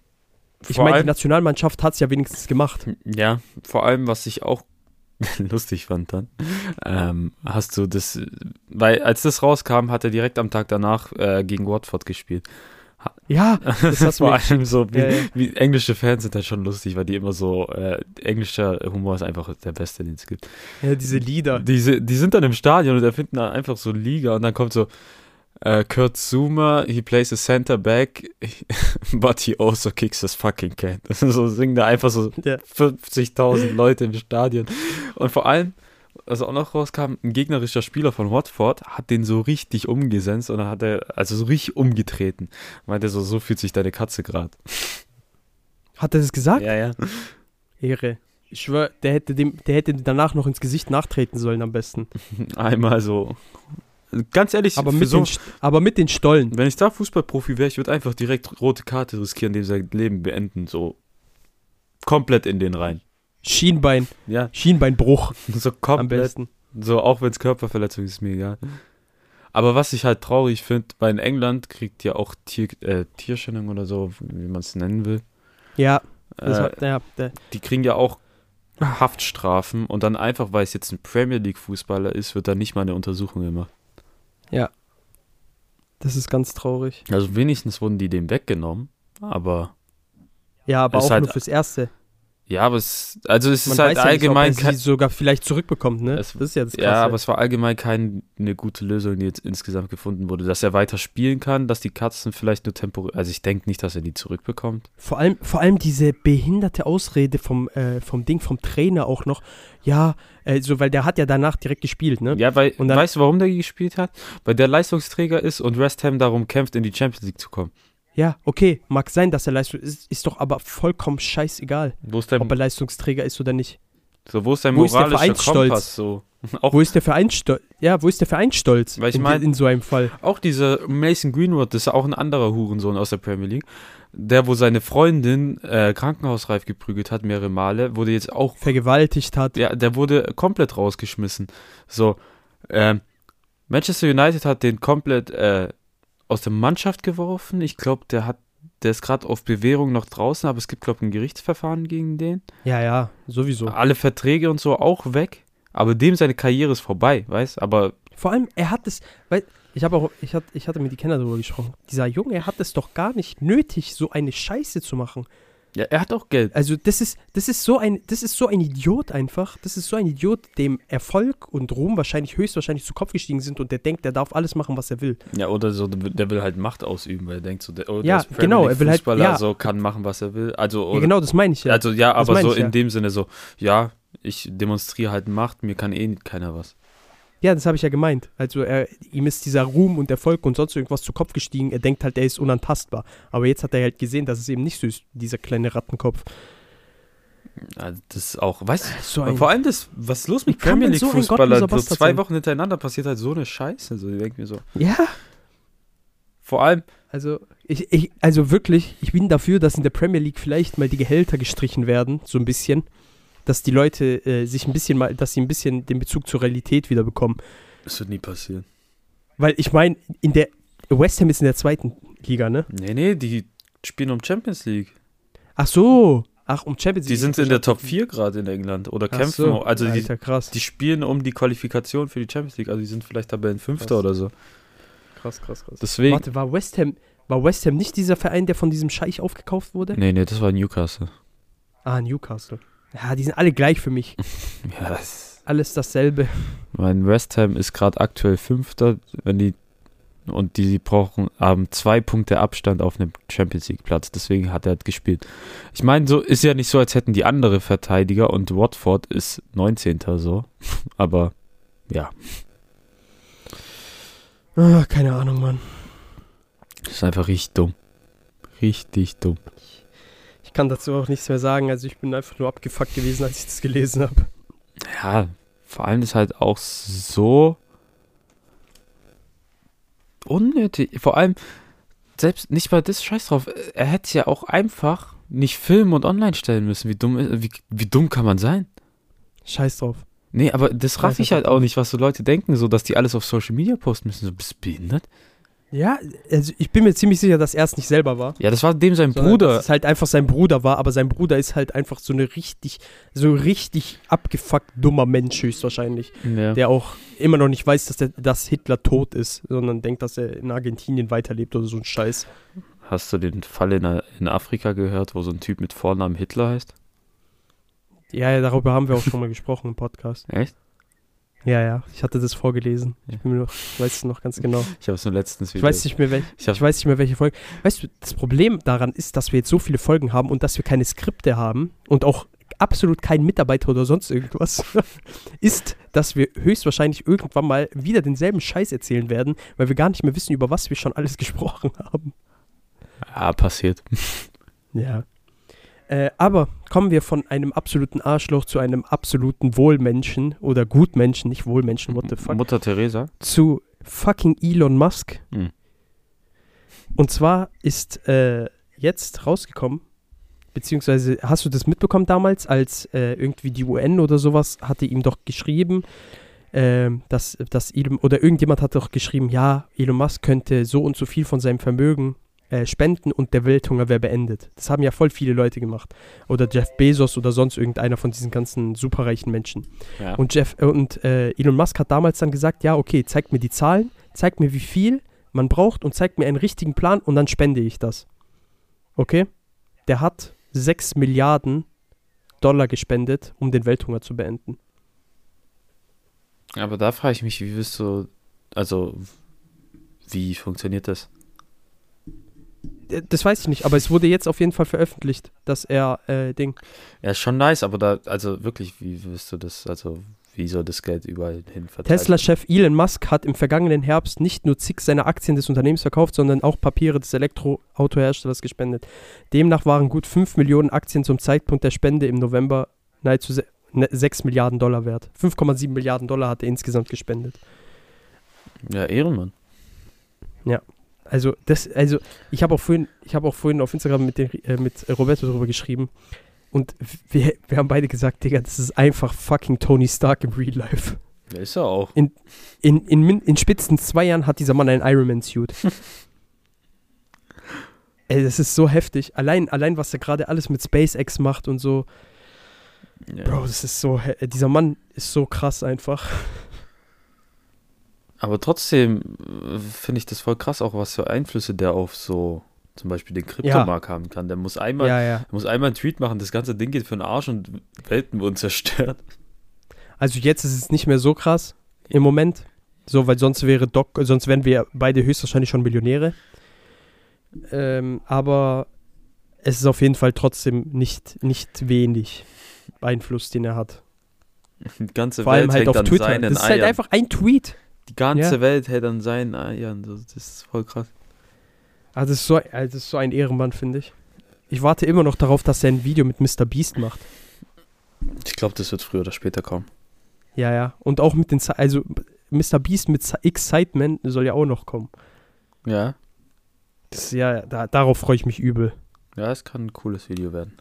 S3: Ich
S4: Vor
S3: meine, die
S4: allem- Hm.
S3: Nationalmannschaft hat es ja wenigstens gemacht.
S4: ja, vor allem, was ich auch lustig fand dann, ähm, hast du das, weil als das rauskam, hat er direkt am Tag danach äh, gegen Watford gespielt.
S3: Ja, das hast du
S4: Vor
S3: mir.
S4: allem so, wie,
S3: Ja, ja.
S4: wie englische Fans sind halt schon lustig, weil die immer so, äh, englischer Humor ist einfach der beste, den es gibt.
S3: Ja, diese Lieder.
S4: Die, si- die sind dann im Stadion und erfinden dann einfach so Liga und dann kommt so äh, Kurt Zuma, he plays a center back, but he also kicks his fucking can. so singen da einfach so
S3: Ja.
S4: 50.000 Leute im Stadion. Und vor allem, was auch noch rauskam, ein gegnerischer Spieler von Watford hat den so richtig umgesenzt und dann hat er, also so richtig umgetreten. Meinte so, so fühlt sich deine Katze gerade.
S3: Hat er das gesagt?
S4: Ja, ja.
S3: Ehre. Ich schwör, der hätte dem, der hätte danach noch ins Gesicht nachtreten sollen am besten.
S4: Einmal so. Ganz ehrlich,
S3: Aber
S4: für
S3: mit,
S4: so,
S3: den, St- aber mit den Stollen.
S4: wenn ich da Fußballprofi wäre, ich würde einfach direkt rote Karte riskieren, dem sein Leben beenden. So komplett in den rein.
S3: Schienbein,
S4: Ja,
S3: Schienbeinbruch
S4: so
S3: am
S4: komplett.
S3: besten.
S4: So, auch wenn es Körperverletzung ist, mir egal. Aber was ich halt traurig finde, weil in England kriegt ja auch Tier, äh, Tierschändung oder so, wie man es nennen will.
S3: Ja, das
S4: Äh,
S3: hat, ja, der,
S4: die kriegen ja auch Haftstrafen und dann einfach, weil es jetzt ein Premier League-Fußballer ist, wird da nicht mal eine Untersuchung gemacht.
S3: das ist ganz traurig.
S4: Also wenigstens wurden die dem weggenommen, aber
S3: Ja, aber
S4: Ist
S3: auch
S4: halt-
S3: nur fürs Erste.
S4: ja, aber es, also es
S3: Man
S4: ist halt
S3: weiß ja
S4: allgemein
S3: nicht, ob er
S4: kein,
S3: sie sogar vielleicht zurückbekommt, ne?
S4: Es-
S3: das ist ja das Krasse.
S4: ja, aber es war allgemein keine gute Lösung, die jetzt insgesamt gefunden wurde, dass er weiter spielen kann, dass die Katzen vielleicht nur temporär, also ich denke nicht, dass er die zurückbekommt.
S3: Vor allem, vor allem diese behinderte Ausrede vom, äh, vom Ding, vom Trainer auch noch. Ja, äh, so, weil der hat ja danach direkt gespielt, ne?
S4: Ja, weil
S3: Und dann-
S4: weißt du, warum der gespielt hat? Weil der Leistungsträger ist und West Ham darum kämpft, in die Champions League zu kommen.
S3: Ja, okay, mag sein, dass er Leistung ist, ist doch aber vollkommen scheißegal,
S4: Wo ist dein,
S3: ob er Leistungsträger ist oder nicht.
S4: so, wo ist dein
S3: wo ist der
S4: moralischer
S3: Vereinsstolz?
S4: Kompass? So? Auch
S3: Wo ist der Vereinsstolz? Ja, wo ist der Vereinsstolz?
S4: Weil ich
S3: in,
S4: mein-
S3: in so einem Fall.
S4: Auch dieser Mason Greenwood, das ist ja auch ein anderer Hurensohn aus der Premier League. Der, wo seine Freundin äh, krankenhausreif geprügelt hat, mehrere Male, wurde jetzt auch.
S3: Vergewaltigt hat.
S4: Der, der wurde komplett rausgeschmissen. So. Ähm, Manchester United hat den komplett äh, aus der Mannschaft geworfen. Ich glaube, der hat. Der ist gerade auf Bewährung noch draußen, aber es gibt, glaube ich, ein Gerichtsverfahren gegen den.
S3: Ja, ja, sowieso.
S4: Alle Verträge und so auch weg. Aber dem seine Karriere ist vorbei, weißt Aber
S3: Vor allem, er hat es, weil ich habe auch, ich, hat, ich hatte mit die Kenner darüber gesprochen. Dieser Junge, er hat es doch gar nicht nötig, so eine Scheiße zu machen.
S4: ja, er hat auch Geld.
S3: Also das ist, das ist so ein, das ist so ein Idiot einfach. Das ist so ein Idiot, dem Erfolg und Ruhm wahrscheinlich höchstwahrscheinlich zu Kopf gestiegen sind und der denkt, der darf alles machen, was er will.
S4: Ja, oder so, der will- der will halt Macht ausüben, weil er denkt so, der, oh, der
S3: Ja,
S4: ist Premier
S3: genau,
S4: League
S3: er will halt-
S4: Fußballer,
S3: ja.
S4: so kann machen, was er will. Also,
S3: ja,
S4: oder,
S3: genau, das meine ich ja.
S4: also ja,
S3: Das
S4: aber
S3: meine
S4: so
S3: ich,
S4: in
S3: ja.
S4: dem Sinne so, ja, ich demonstriere halt Macht, mir kann eh keiner was.
S3: ja, das habe ich ja gemeint. Also er, ihm ist dieser Ruhm und Erfolg und sonst irgendwas zu Kopf gestiegen. Er denkt halt, er ist unantastbar. Aber jetzt hat er halt gesehen, dass es eben nicht so ist, dieser kleine Rattenkopf.
S4: Ja, das ist auch, weißt du,
S3: So
S4: vor allem das, was ist los mit
S3: Wie kann
S4: Premier
S3: man so ein
S4: League-Fußballern? So,
S3: gottloser Bastard
S4: zwei
S3: sein?
S4: Wochen hintereinander passiert halt so eine Scheiße. So, ich denke mir so.
S3: Ja.
S4: Vor allem,
S3: Also, ich, ich, also wirklich, ich bin dafür, dass in der Premier League vielleicht mal die Gehälter gestrichen werden, so ein bisschen. Dass die Leute äh, sich ein bisschen mal, dass sie ein bisschen den Bezug zur Realität wieder bekommen.
S4: es wird nie passieren.
S3: Weil ich meine, in der West Ham ist in der zweiten Liga, ne?
S4: Nee, nee, die spielen um Champions League.
S3: Ach so. Ach, um Champions
S4: Die
S3: League.
S4: sind in der Top 4 gerade in England oder
S3: Ach
S4: kämpfen.
S3: so.
S4: Also, die,
S3: Alter, krass.
S4: die spielen um die Qualifikation für die Champions League. Also, die sind vielleicht Tabellenfünfter
S3: Krass.
S4: oder so.
S3: krass, krass, krass.
S4: Deswegen.
S3: Warte, war West Ham, war West Ham nicht dieser Verein, der von diesem Scheich aufgekauft wurde?
S4: Nee, nee, das war Newcastle.
S3: Ah, Newcastle. Ja, die sind alle gleich für mich.
S4: Ja,
S3: Alles dasselbe.
S4: mein West Ham ist gerade aktuell Fünfter, wenn die und die, die brauchen haben zwei Punkte Abstand auf einem Champions League Platz. Deswegen hat er halt gespielt. Ich meine, so ist ja nicht so, als hätten die andere Verteidiger und Watford ist 19. so. Aber ja,
S3: Ah, keine Ahnung, Mann.
S4: das ist einfach richtig dumm. Richtig dumm.
S3: Ich kann dazu auch nichts mehr sagen. Also ich bin einfach nur abgefuckt gewesen, als ich das gelesen habe.
S4: Ja, vor allem ist halt auch so unnötig. Vor allem, selbst nicht mal das Scheiß drauf. Er hätte ja auch einfach nicht filmen und online stellen müssen. Wie dumm, ist- wie, wie dumm kann man sein?
S3: Scheiß drauf.
S4: Nee, aber das raff
S3: Ja,
S4: ich halt auch nicht, was so Leute denken, so dass die alles auf Social Media posten müssen. So, bist du behindert?
S3: Ja, also ich bin mir ziemlich sicher, dass er es nicht selber war.
S4: Ja, das war dem sein
S3: sondern
S4: Bruder.
S3: Dass es halt einfach sein Bruder war, aber sein Bruder ist halt einfach so eine richtig, so richtig abgefuckt dummer Mensch höchstwahrscheinlich.
S4: Ja.
S3: Der auch immer noch nicht weiß, dass, der, dass Hitler tot ist, sondern denkt, dass er in Argentinien weiterlebt oder so ein Scheiß.
S4: Hast du den Fall in, in Afrika gehört, wo so ein Typ mit Vornamen Hitler heißt?
S3: Ja, ja, darüber haben wir auch schon mal gesprochen im Podcast.
S4: Echt?
S3: Ja, ja, ich hatte das vorgelesen. Ich bin mir noch, ich weiß es noch ganz genau.
S4: Ich habe es nur letztens
S3: Ich weiß nicht mehr, welche.
S4: Ich hab-
S3: Ich weiß nicht mehr, welche Folge. Weißt du, das Problem daran ist, dass wir jetzt so viele Folgen haben und dass wir keine Skripte haben und auch absolut kein Mitarbeiter oder sonst irgendwas, ist, dass wir höchstwahrscheinlich irgendwann mal wieder denselben Scheiß erzählen werden, weil wir gar nicht mehr wissen, über was wir schon alles gesprochen haben.
S4: Ja, Ah, passiert.
S3: Ja. Äh, aber kommen wir von einem absoluten Arschloch zu einem absoluten Wohlmenschen oder Gutmenschen, nicht Wohlmenschen, what the fuck,
S4: Mutter Teresa.
S3: zu fucking Elon Musk.
S4: Mhm.
S3: Und zwar ist äh, jetzt rausgekommen, beziehungsweise hast du das mitbekommen damals, als äh, irgendwie die UN oder sowas hatte ihm doch geschrieben, ähm, dass, dass Elon, oder irgendjemand hat doch geschrieben, ja, Elon Musk könnte so und so viel von seinem Vermögen äh, spenden und der Welthunger wäre beendet. Das haben ja voll viele Leute gemacht. Oder Jeff Bezos oder sonst irgendeiner von diesen ganzen superreichen Menschen.
S4: Ja.
S3: Und, Jeff, äh, und äh, Elon Musk hat damals dann gesagt, ja, okay, zeigt mir die Zahlen, zeigt mir, wie viel man braucht und zeigt mir einen richtigen Plan und dann spende ich das. Okay? Der hat 6 Milliarden Dollar gespendet, um den Welthunger zu beenden.
S4: Aber da frage ich mich, wie wirst du, also, wie funktioniert das?
S3: Äh, Das weiß ich nicht, aber es wurde jetzt auf jeden Fall veröffentlicht, dass er äh, Ding.
S4: Ja, ist schon nice, aber da, also wirklich, wie wirst du das, also, wie soll das Geld überall hin verteilt?
S3: Tesla-Chef Elon Musk hat im vergangenen Herbst nicht nur zig seiner Aktien des Unternehmens verkauft, sondern auch Papiere des Elektroautoherstellers gespendet. Demnach waren gut 5 Millionen Aktien zum Zeitpunkt der Spende im November nahezu se- ne- 6 Milliarden Dollar wert. 5,7 Milliarden Dollar hat er insgesamt gespendet.
S4: Ja, Ehrenmann.
S3: Also, das, also ich habe auch, vorhin- ich habe auch vorhin auf Instagram mit, den, äh, mit Roberto darüber geschrieben. Und wir, wir haben beide gesagt, Digga, das ist einfach fucking Tony Stark im Real Life.
S4: Ja, ist er auch.
S3: In, in, min- in spitzen zwei Jahren hat dieser Mann einen Ironman-Suit. Ey, das ist so heftig. Allein, allein was er gerade alles mit SpaceX macht und so.
S4: Ja.
S3: Bro, das ist so. he- Dieser Mann ist so krass einfach.
S4: Aber trotzdem äh, finde ich das voll krass, auch was für Einflüsse der auf so zum Beispiel den Kryptomarkt haben kann. Der muss einmal,
S3: Ja, ja.
S4: der muss einmal einen Tweet machen, das ganze Ding geht für den Arsch und Welten wurden zerstört.
S3: Also jetzt ist es nicht mehr so krass im Moment. So, weil sonst wäre Doc, sonst wären wir beide höchstwahrscheinlich schon Millionäre. Ähm, aber es ist auf jeden Fall trotzdem nicht, nicht wenig Einfluss, den er hat.
S4: Die ganze
S3: Vor
S4: Welt
S3: allem halt
S4: hängt
S3: auf
S4: an
S3: Twitter.
S4: seinen
S3: Das ist
S4: Eiern.
S3: halt einfach ein Tweet.
S4: Die ganze
S3: Ja.
S4: Welt hält an seinen Eiern. So, Das ist voll krass.
S3: Ah, das, ist so, ah, das ist so ein Ehrenmann, finde ich. Ich warte immer noch darauf, dass er ein Video mit Mr. Beast macht.
S4: Ich glaube, das wird früher oder später kommen.
S3: Ja, ja. Und auch mit den, Ze- also Mr. Beast mit Ze- Excitement soll ja auch noch kommen.
S4: Ja,
S3: Das, ja, ja, da, darauf freue ich mich übel.
S4: ja, es kann ein cooles Video werden.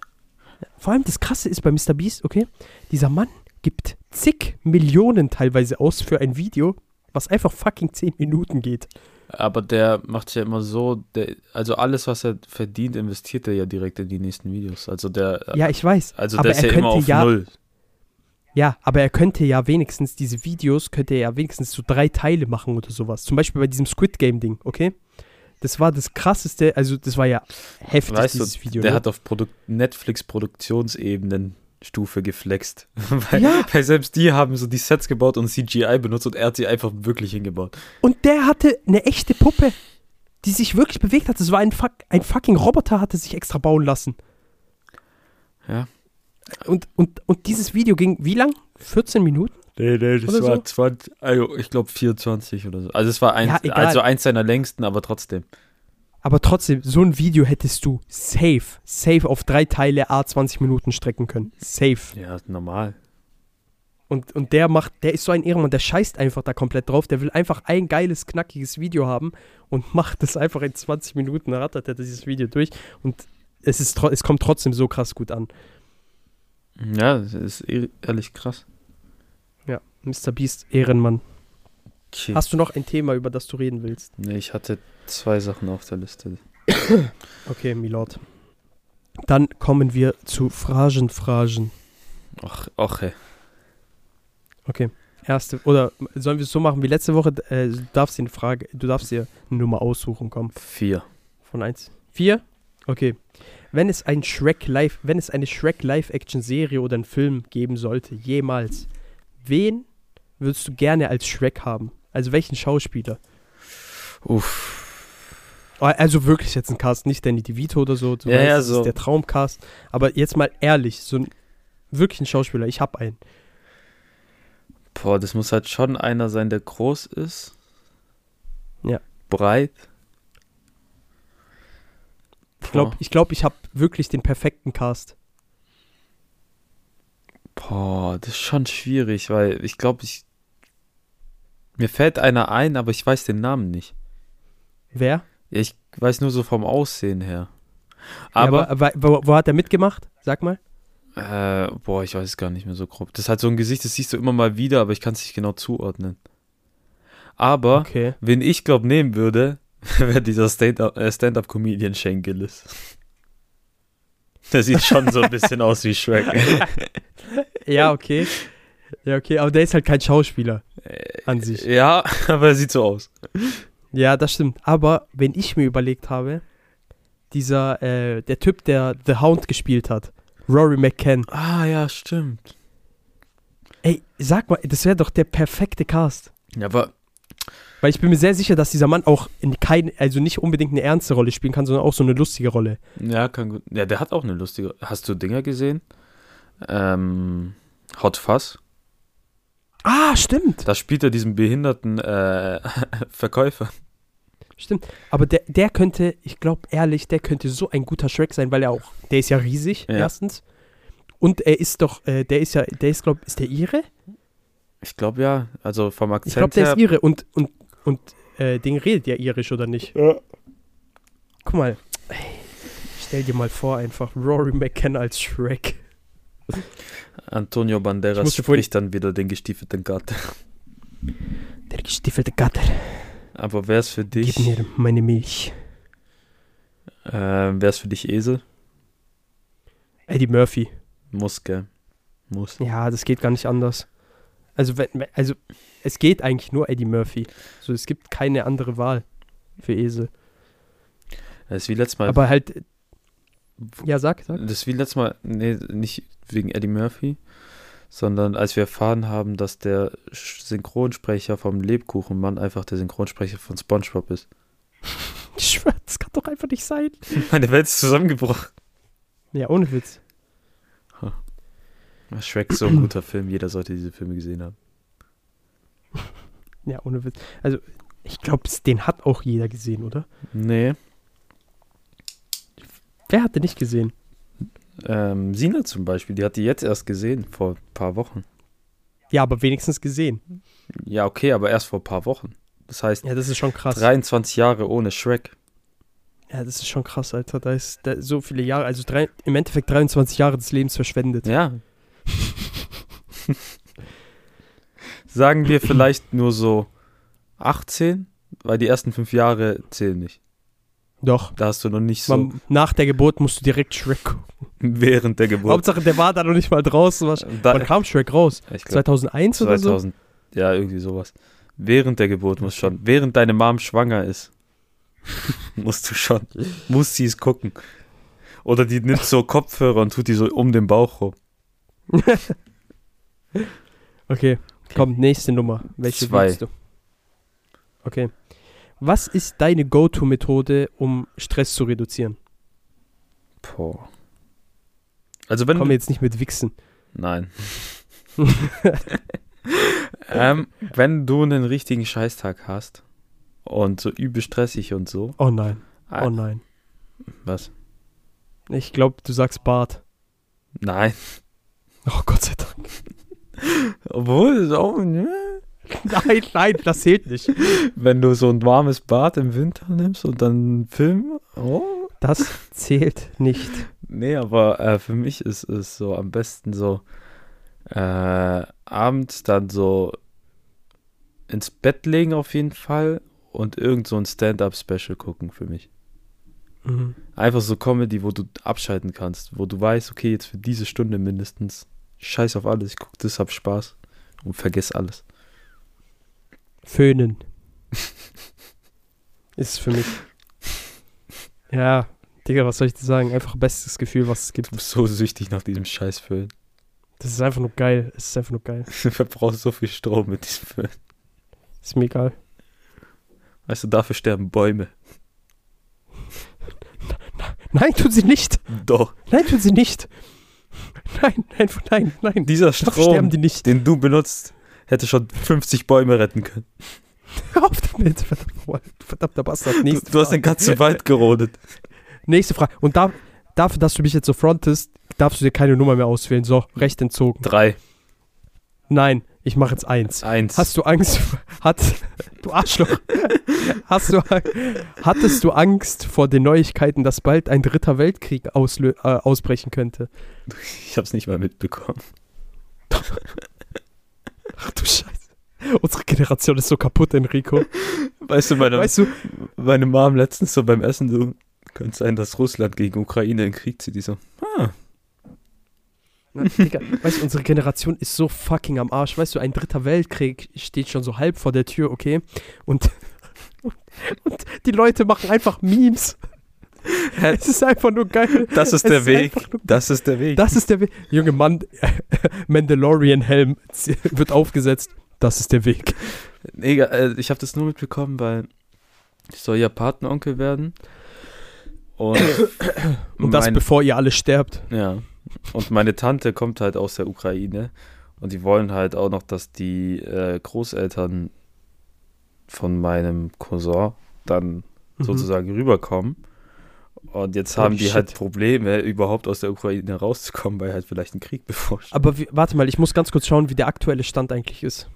S3: Vor allem das Krasse ist bei Mr. Beast, okay, dieser Mann gibt zig Millionen teilweise aus für ein Video, was einfach fucking 10 Minuten geht.
S4: Aber der macht ja immer so, der, also alles, was er verdient, investiert er ja direkt in die nächsten Videos. Also der,
S3: Ja, ich weiß.
S4: also
S3: aber
S4: der ist
S3: er
S4: ja immer
S3: könnte
S4: auf
S3: ja-
S4: Null.
S3: Ja, aber er könnte ja wenigstens diese Videos, könnte er ja wenigstens so drei Teile machen oder sowas. Zum Beispiel bei diesem Squid Game Ding, okay? Das war das krasseste, also das war ja heftig,
S4: Weißt
S3: dieses
S4: du,
S3: Video.
S4: der
S3: ne?
S4: hat auf Produk Netflix Produktionsebenenstufe geflext. weil,
S3: Ja.
S4: weil selbst die haben so die Sets gebaut und CGI benutzt und er hat sie einfach wirklich hingebaut.
S3: Und der hatte eine echte Puppe, die sich wirklich bewegt hat. Das war ein, fuck, ein fucking Roboter, hatte sich extra bauen lassen.
S4: Ja.
S3: Und, und, und dieses Video ging wie lang? 14 Minuten?
S4: Nee, nee, das
S3: Oder
S4: war
S3: so?
S4: 20, also ich glaube 24 oder so. Also es war eins,
S3: Ja, egal.
S4: also eins seiner längsten, aber trotzdem.
S3: Aber trotzdem, so ein Video hättest du safe, safe auf drei Teile A20 Minuten strecken können. Safe.
S4: Ja, normal.
S3: Und, und der macht, der ist so ein Ehrenmann, der scheißt einfach da komplett drauf. Der will einfach ein geiles, knackiges Video haben und macht das einfach in 20 Minuten, rattert er dieses Video durch und es, ist, tro- es kommt trotzdem so krass gut an.
S4: Ja, das ist eh- ehrlich krass.
S3: Ja, Mr. Beast, Ehrenmann.
S4: Okay.
S3: Hast du noch ein Thema, über das du reden willst?
S4: Nee, ich hatte zwei Sachen auf der Liste.
S3: Okay, Milord. Dann kommen wir zu Phrasen, Phrasen.
S4: Ach, ach ey.
S3: Okay. Erste, oder sollen wir es so machen wie letzte Woche? Äh, du darfst dir eine Frage, du darfst dir eine Nummer aussuchen, komm.
S4: Vier.
S3: Von 1. 4? Okay. Wenn es ein Shrek Live, wenn es eine Shrek Live-Action-Serie oder einen Film geben sollte, jemals, wen würdest du gerne als Shrek haben? Also welchen Schauspieler?
S4: Uff.
S3: Oh, Also wirklich jetzt ein Cast, nicht Danny DeVito oder so. Du
S4: Ja, ja,
S3: das
S4: so.
S3: ist der Traumcast. Aber jetzt mal ehrlich, so ein Wirklich ein Schauspieler, ich hab einen.
S4: Boah, das muss halt schon einer sein, der groß ist.
S3: Ja.
S4: Breit.
S3: Ich glaube, ich, glaub, ich habe wirklich den perfekten Cast.
S4: Boah, das ist schon schwierig, weil ich glaube, ich. Mir fällt einer ein, aber ich weiß den Namen nicht.
S3: Wer?
S4: Ja, ich weiß nur so vom Aussehen her.
S3: ja,
S4: Aber,
S3: aber, wo, wo hat er mitgemacht? Sag mal.
S4: äh, boah, ich weiß es gar nicht mehr so grob. Das hat so ein Gesicht, das siehst du immer mal wieder, aber ich kann es nicht genau zuordnen. Aber,
S3: Okay.
S4: wen ich glaube nehmen würde, wäre dieser Stand-up- äh, Stand-Up-Comedian Shane Gillis. Der sieht schon so ein bisschen aus wie Shrek.
S3: Ja, okay. Ja, okay, aber der ist halt kein Schauspieler
S4: Äh,
S3: an sich.
S4: Ja, aber er sieht so aus.
S3: Ja, das stimmt. Aber wenn ich mir überlegt habe, dieser, äh, der Typ, der The Hound gespielt hat, Rory McCann.
S4: Ah, ja, stimmt.
S3: Ey, sag mal, das wäre doch der perfekte Cast.
S4: Ja, aber
S3: Weil ich bin mir sehr sicher, dass dieser Mann auch in kein, also nicht unbedingt eine ernste Rolle spielen kann, sondern auch so eine lustige Rolle.
S4: Ja, kann gut. Ja, der hat auch eine lustige. Hast du Dinger gesehen? Ähm, Hot Fuzz.
S3: Ah, stimmt.
S4: Da spielt er diesen behinderten äh, Verkäufer.
S3: Stimmt. Aber der, der könnte, ich glaube ehrlich, der könnte so ein guter Shrek sein, weil er auch, der ist ja riesig,
S4: Ja.
S3: erstens. Und er ist doch, äh, der ist ja, der ist, glaube ist der Ire?
S4: Ich glaube ja. Also vom
S3: Ich
S4: Akzent
S3: glaube, der ist
S4: her.
S3: Ire und, und, und äh, Ding redet ja irisch, oder nicht?
S4: Ja.
S3: Guck mal. Ey, Stell dir mal vor, einfach Rory McKenna als Shrek.
S4: Antonio
S3: Ich
S4: Banderas
S3: musste vorhin-
S4: spricht dann wieder den gestiefelten Gatte.
S3: Der gestiefelte Gatter,
S4: Aber wär's für
S3: gib
S4: dich.
S3: mir meine Milch.
S4: Ähm, wär's für dich Esel?
S3: Eddie Murphy.
S4: Muss, gell? Muss.
S3: Ja, das geht gar nicht anders. Also, wenn, wenn- also es geht eigentlich nur Eddie Murphy. So, es gibt keine andere Wahl für Esel.
S4: Das ist wie letztes Mal.
S3: Aber halt. Ja, sag, sag.
S4: Das ist wie letztes Mal, nee, nicht wegen Eddie Murphy, sondern als wir erfahren haben, dass der Sch- Synchronsprecher vom Lebkuchenmann einfach der Synchronsprecher von Spongebob ist.
S3: Ich schwör, das kann doch einfach nicht sein.
S4: Meine Welt ist zusammengebrochen.
S3: Ja, ohne Witz.
S4: Shrek ist so ein guter Film, jeder sollte diese Filme gesehen haben.
S3: Ja, ohne Witz. Also, ich glaube, den hat auch jeder gesehen, oder?
S4: Nee,
S3: Wer hat den nicht gesehen?
S4: ähm, Sina zum Beispiel, die hat die jetzt erst gesehen, vor ein paar Wochen.
S3: Ja, aber wenigstens gesehen.
S4: Ja, okay, aber erst vor ein paar Wochen. Das heißt,
S3: Ja, das ist schon krass.
S4: 23 Jahre ohne Shrek.
S3: Ja, das ist schon krass, Alter. Da ist da so viele Jahre, also drei, im Endeffekt 23 Jahre des Lebens verschwendet.
S4: Ja. Sagen wir vielleicht nur so 18, weil die ersten fünf Jahre zählen nicht.
S3: Doch.
S4: Da hast du noch nicht so
S3: Man, nach der Geburt musst du direkt Shrek gucken.
S4: während der Geburt. Äh,
S3: Hauptsache, der war da noch nicht mal draußen. Was,
S4: Da,
S3: wann kam Shrek raus?
S4: ich glaub,
S3: 2001 oder so?
S4: 2000. Ja, irgendwie sowas. Während der Geburt muss schon. Während deine Mom schwanger ist, musst du schon. Muss sie es gucken. Oder die nimmt so Kopfhörer und tut die so um den Bauch rum.
S3: Okay, komm, nächste Nummer. Welche
S4: Zwei.
S3: willst du? Okay. Was ist deine Go-To-Methode, um Stress zu reduzieren?
S4: Boah. Also wenn
S3: Komm
S4: du,
S3: jetzt nicht mit Wichsen.
S4: Nein. ähm, wenn du einen richtigen Scheißtag hast und so übel stressig und so.
S3: Oh nein,
S4: Ah,
S3: oh nein.
S4: Was?
S3: Ich glaube, du sagst Bart.
S4: Nein.
S3: Oh Gott sei Dank.
S4: Obwohl, ist auch, ne?
S3: Nein, nein, das zählt nicht.
S4: wenn du so ein warmes Bad im Winter nimmst und dann einen Film. Oh.
S3: Das zählt nicht.
S4: Nee, aber äh, für mich ist es so am besten so äh, abends dann so ins Bett legen auf jeden Fall und irgend so ein Stand-up-Special gucken für mich.
S3: Mhm.
S4: Einfach so Comedy, wo du abschalten kannst, wo du weißt, okay, jetzt für diese Stunde mindestens. Scheiß auf alles, ich guck das, hab Spaß und vergiss alles.
S3: Föhnen. ist es für mich. Ja, Digga, was soll ich dir sagen? Einfach bestes Gefühl, was es gibt.
S4: Du bist so süchtig nach diesem Scheißfilm.
S3: Das ist einfach nur geil. Es ist einfach nur geil.
S4: Du verbrauchst so viel Strom mit diesem Film.
S3: Ist mir egal.
S4: Weißt du, dafür sterben Bäume.
S3: Nein, tut sie nicht.
S4: Doch.
S3: Nein, tut sie nicht. Nein, nein, nein, nein.
S4: Dieser
S3: Doch sterben
S4: Strom,
S3: die nicht.
S4: den du benutzt, hätte schon 50 Bäume retten können.
S3: Hör auf damit. Verdammter Wal- Verdammter Bastard.
S4: Du,
S3: Nächste
S4: du hast
S3: Frage.
S4: den ganzen Wald gerodet.
S3: Nächste Frage. Und da, dafür, dass du mich jetzt so frontest, darfst du dir keine Nummer mehr auswählen. So, recht entzogen.
S4: Drei,
S3: Nein, ich mache jetzt eins.
S4: eins.
S3: Hast du Angst? Hat, du Arschloch. Hast du, hattest du Angst vor den Neuigkeiten, dass bald ein dritter Weltkrieg auslö äh, ausbrechen könnte?
S4: ich hab's nicht mal mitbekommen.
S3: Ach du Scheiße. Unsere Generation ist so kaputt, Enrico.
S4: Weißt du, meine,
S3: Weißt du,
S4: meine Mom letztens so beim Essen, so, könnte sein, dass Russland gegen Ukraine in Krieg zieht. Die so,
S3: Na, Digga, weißt du, unsere Generation ist so fucking am Arsch. Weißt du, ein dritter Weltkrieg steht schon so halb vor der Tür, okay? Und, und, und die Leute machen einfach Memes.
S4: Hä?
S3: Es ist einfach nur geil.
S4: das ist
S3: Es
S4: der
S3: ist
S4: Weg.
S3: einfach nur-
S4: Das ist der Weg.
S3: Das ist der Weg. Junge Mann, Mandalorian-Helm z- wird aufgesetzt. Das ist der Weg.
S4: Nee, äh, ich habe das nur mitbekommen, weil ich soll ja Patenonkel werden. Und,
S3: Und das
S4: mein-
S3: bevor ihr alle sterbt.
S4: Ja. Und meine Tante kommt halt aus der Ukraine und die wollen halt auch noch, dass die äh, Großeltern von meinem Cousin dann sozusagen rüberkommen. Und jetzt
S3: Mhm. Holy
S4: haben die
S3: shit.
S4: halt Probleme, überhaupt aus der Ukraine rauszukommen, weil halt vielleicht ein Krieg bevorsteht.
S3: Aber wie, warte mal, ich muss ganz kurz schauen, wie der aktuelle Stand eigentlich ist.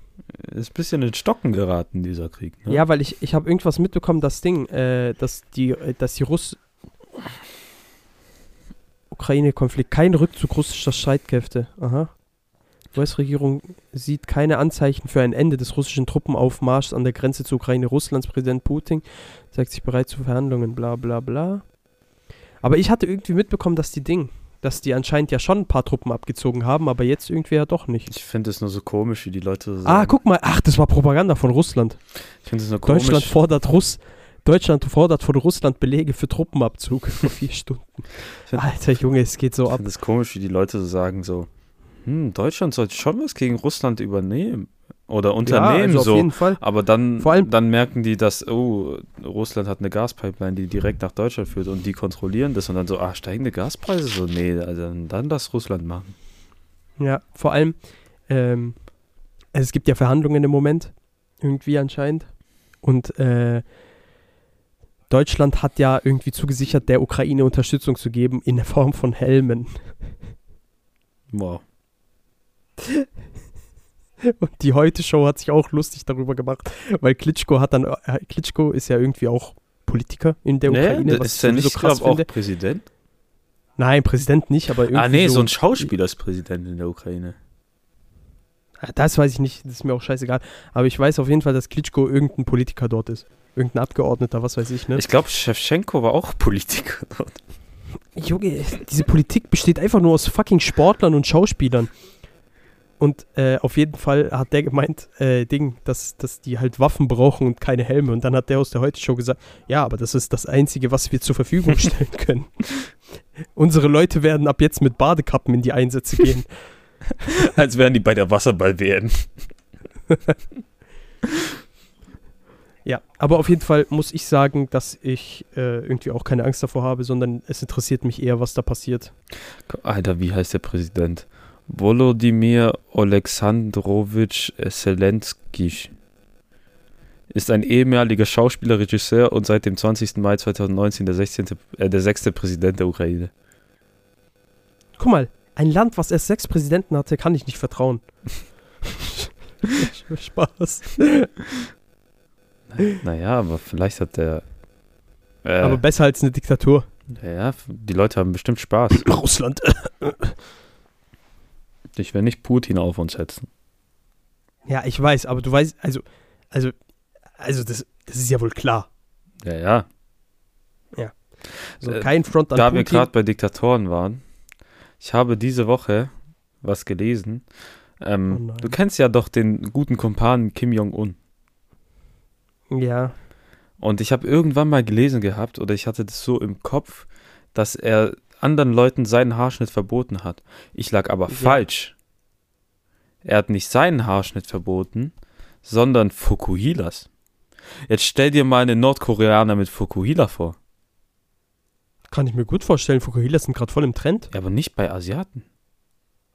S4: Ist ein bisschen in Stocken geraten, dieser Krieg.
S3: Ja,
S4: Ne?
S3: weil ich, ich habe irgendwas mitbekommen, das Ding, äh, dass die, äh, dass die Russ... Ukraine-Konflikt, kein Rückzug russischer Streitkräfte. Aha. US-Regierung sieht keine Anzeichen für ein Ende des russischen Truppenaufmarschs an der Grenze zur Ukraine. Russlands Präsident Putin zeigt sich bereit zu Verhandlungen, bla bla bla. Aber ich hatte irgendwie mitbekommen, dass die Ding, dass die anscheinend ja schon ein paar Truppen abgezogen haben, aber jetzt irgendwie ja doch nicht.
S4: Ich finde es nur so komisch, wie die Leute so
S3: Ah,
S4: sagen.
S3: guck mal, ach, das war Propaganda von Russland.
S4: Ich finde es nur komisch.
S3: Deutschland fordert Russ Deutschland fordert von Russland Belege für Truppenabzug vor vier Stunden.
S4: find-
S3: Alter Junge, es geht so
S4: Ich
S3: ab.
S4: finde es komisch, wie die Leute so sagen, so, hm, Deutschland sollte schon was gegen Russland übernehmen. Oder unternehmen
S3: ja, also auf
S4: so.
S3: jeden Fall.
S4: Aber dann,
S3: Vor allem-
S4: dann merken die, dass, oh, Russland hat eine Gaspipeline, die direkt nach Deutschland führt und die kontrollieren das und dann so, ah, steigende Gaspreise, so, nee, also dann- dann das Russland machen.
S3: Ja, vor allem, ähm, es gibt ja Verhandlungen im Moment, irgendwie anscheinend. Und äh, Deutschland hat ja irgendwie zugesichert, der Ukraine Unterstützung zu geben in der Form von Helmen.
S4: Wow.
S3: Und die Heute-Show hat sich auch lustig darüber gemacht, weil Klitschko hat dann, äh, Klitschko ist ja irgendwie auch Politiker in der Ukraine. was
S4: nee, Ne? ist
S3: ich
S4: der
S3: sowieso
S4: nicht, glaube auch
S3: finde.
S4: Präsident?
S3: Nein, Präsident nicht, aber irgendwie.
S4: Ah, nee, so,
S3: so
S4: ein Schauspieler ist Präsident in der Ukraine.
S3: Ah, Das weiß ich nicht, das ist mir auch scheißegal. Aber ich weiß auf jeden Fall, dass Klitschko irgendein Politiker dort ist. Irgendein Abgeordneter, was weiß ich, ne?
S4: Ich glaube, Schewtschenko war auch Politiker dort.
S3: Junge, diese Politik besteht einfach nur aus fucking Sportlern und Schauspielern. Und äh, auf jeden Fall hat der gemeint, äh, Ding, dass, dass die halt Waffen brauchen und keine Helme. Und dann hat der aus der Heute-Show gesagt, ja, aber das ist das Einzige, was wir zur Verfügung stellen können. Unsere Leute werden ab jetzt mit Badekappen in die Einsätze gehen.
S4: Als wären die bei der Wasserball-WM.
S3: Ja, aber auf jeden Fall muss ich sagen, dass ich äh, irgendwie auch keine Angst davor habe, sondern es interessiert mich eher, was da passiert.
S4: Alter, wie heißt der Präsident? Volodymyr Oleksandrowitsch Zelensky ist ein ehemaliger Schauspieler, Regisseur und seit dem 20. Mai 2019 der, 16., äh, der sechste Präsident der Ukraine.
S3: Guck mal, ein Land, was erst sechs Präsidenten hatte, kann ich nicht vertrauen. Spaß.
S4: Äh. Naja, aber vielleicht hat der... Äh,
S3: Aber besser als eine Diktatur.
S4: ja, die Leute haben bestimmt Spaß.
S3: Russland.
S4: Ich will nicht Putin auf uns setzen.
S3: Ja, ich weiß, aber du weißt, also, also, also, das, das ist ja wohl klar.
S4: Ja, ja.
S3: So,
S4: Äh,
S3: kein Front an
S4: da wir
S3: Putin.
S4: gerade bei Diktatoren waren, ich habe diese Woche was gelesen.
S3: Oh
S4: Ähm,
S3: nein.
S4: du kennst ja doch den guten Kumpanen Kim Jong-un.
S3: ja,
S4: Und ich habe irgendwann mal gelesen gehabt, oder ich hatte das so im Kopf, dass er anderen Leuten seinen Haarschnitt verboten hat. Ich lag aber
S3: Ja.
S4: falsch. Er hat nicht seinen Haarschnitt verboten, sondern Fukuhilas. Jetzt stell dir mal einen Nordkoreaner mit Fukuhila vor.
S3: kann ich mir gut vorstellen. Fukuhila sind gerade voll im Trend.
S4: Ja, aber nicht bei Asiaten.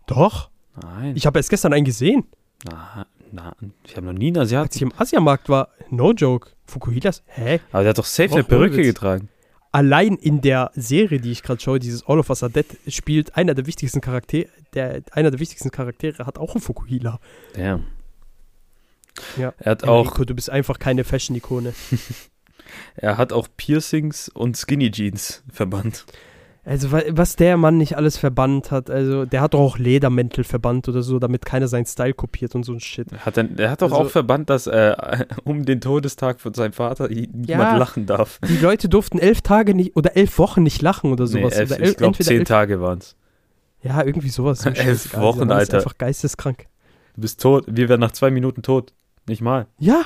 S3: Doch.
S4: Nein.
S3: Ich habe erst gestern einen gesehen,
S4: na, na, ich habe noch nie einen Asiaten.
S3: als ich im Asiamarkt war. No joke. Fukuhilas? Hä?
S4: Aber der hat doch safe eine
S3: Och,
S4: Perücke
S3: Horowitz.
S4: getragen.
S3: Allein in der Serie, die ich gerade schaue, dieses All of Us Are Dead, spielt einer der wichtigsten Charaktere, der, einer der wichtigsten Charaktere hat auch einen Fukuhila.
S4: Damn.
S3: Ja.
S4: Er hat auch,
S3: Enrico, du bist einfach keine Fashion-Ikone.
S4: er hat auch Piercings und Skinny Jeans verbannt.
S3: Also, wa- was der Mann nicht alles verbannt hat, also, der hat doch auch Ledermäntel verbannt oder so, damit keiner seinen Style kopiert und so ein Shit.
S4: Hat er, er hat doch
S3: Also-
S4: auch verbannt, dass äh, um den Todestag von seinem Vater i- niemand
S3: Ja.
S4: lachen darf.
S3: Die Leute durften elf Tage nicht oder elf Wochen nicht lachen oder Also sowas.
S4: nee, elf,
S3: oder
S4: ich glaube,
S3: entweder
S4: zehn
S3: elf-
S4: Tage waren es.
S3: Ja, irgendwie sowas. So
S4: Elf
S3: scheißegal.
S4: Wochen,
S3: Der Mann Ist
S4: Alter.
S3: einfach geisteskrank.
S4: Du bist tot. Wir wären nach zwei Minuten tot. Nicht mal.
S3: Ja.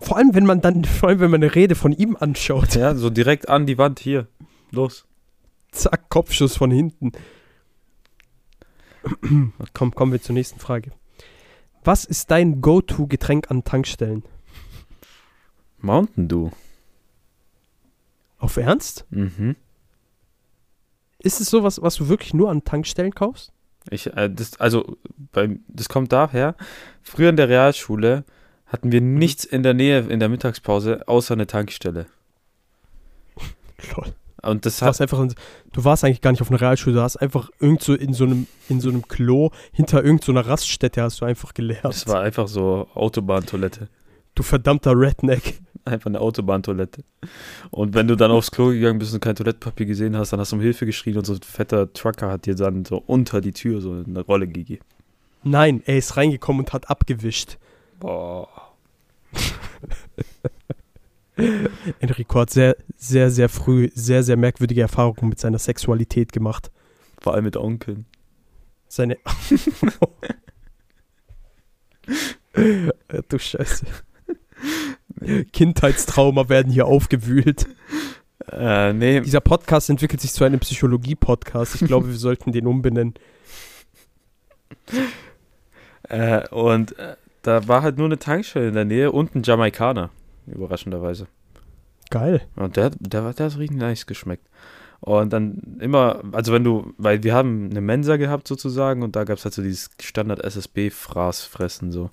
S3: Vor allem, wenn man dann, vor allem, wenn man eine Rede von ihm anschaut.
S4: Ja, so direkt an die Wand hier. Los.
S3: Zack, Kopfschuss von hinten. Komm, kommen wir zur nächsten Frage. Was ist dein Go-To-Getränk an Tankstellen?
S4: Mountain Dew.
S3: Auf Ernst?
S4: Mhm.
S3: Ist es sowas, was du wirklich nur an Tankstellen kaufst?
S4: Ich, äh, das, also, beim, das kommt daher. Früher in der Realschule hatten wir nichts in der Nähe in der Mittagspause, außer eine Tankstelle.
S3: Lol.
S4: Und das
S3: Du
S4: hat,
S3: warst, einfach in, du warst eigentlich gar nicht auf einer Realschule, du hast einfach irgend so in so einem, in so einem Klo hinter irgendeiner Raststätte hast du einfach gelernt.
S4: das war einfach so Autobahntoilette.
S3: Du verdammter Redneck.
S4: Einfach eine Autobahntoilette. Und wenn du dann aufs Klo gegangen bist und kein Toilettpapier gesehen hast, dann hast du um Hilfe geschrien und so ein fetter Trucker hat dir dann so unter die Tür so eine Rolle gegeben.
S3: Nein, er ist reingekommen und hat abgewischt.
S4: Boah.
S3: Enrico hat sehr, sehr, sehr früh sehr, sehr merkwürdige Erfahrungen mit seiner Sexualität gemacht.
S4: Vor allem mit Onkeln.
S3: Seine. Äh, du Scheiße. Kindheitstrauma werden hier aufgewühlt.
S4: Äh, nee,
S3: Dieser Podcast entwickelt sich zu einem Psychologie-Podcast. Ich glaube, wir sollten den umbenennen.
S4: Äh, und äh, da war halt nur eine Tankstelle in der Nähe und ein Jamaikaner, überraschenderweise.
S3: Geil.
S4: Und der, der, war- der hat richtig nice geschmeckt. Und dann immer, also wenn du, weil wir haben eine Mensa gehabt sozusagen und da gab es halt so dieses Standard-SSB-Fraßfressen so.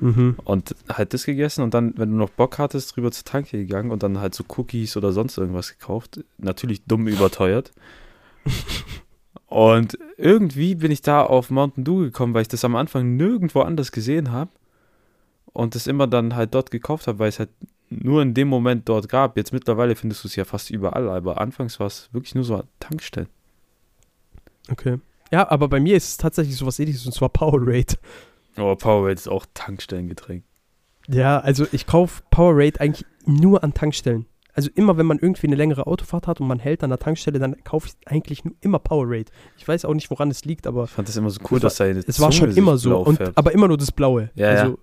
S3: Mhm.
S4: Und halt das gegessen und dann, wenn du noch Bock hattest, drüber zur Tanke gegangen und dann halt so Cookies oder sonst irgendwas gekauft. Natürlich dumm überteuert. und irgendwie bin ich da auf Mountain Dew gekommen, weil ich das am Anfang nirgendwo anders gesehen habe und das immer dann halt dort gekauft habe, weil es halt nur in dem Moment dort gab. Jetzt mittlerweile findest du es ja fast überall, aber anfangs war es wirklich nur so an Tankstellen.
S3: Okay. Ja, aber bei mir ist es tatsächlich sowas ähnliches und zwar Powerade.
S4: Oh, Powerade ist auch Tankstellengetränk.
S3: Ja, also ich kaufe Powerade eigentlich nur an Tankstellen. Also immer, wenn man irgendwie eine längere Autofahrt hat und man hält an der Tankstelle, dann kaufe ich eigentlich nur immer Powerade. Ich weiß auch nicht, woran es liegt, aber
S4: Ich fand das immer so cool,
S3: Es war-
S4: dass seine
S3: es war schon
S4: Zunge sich
S3: immer so.
S4: blau
S3: Und,
S4: färbt.
S3: aber immer nur das Blaue.
S4: Ja,
S3: also
S4: ja.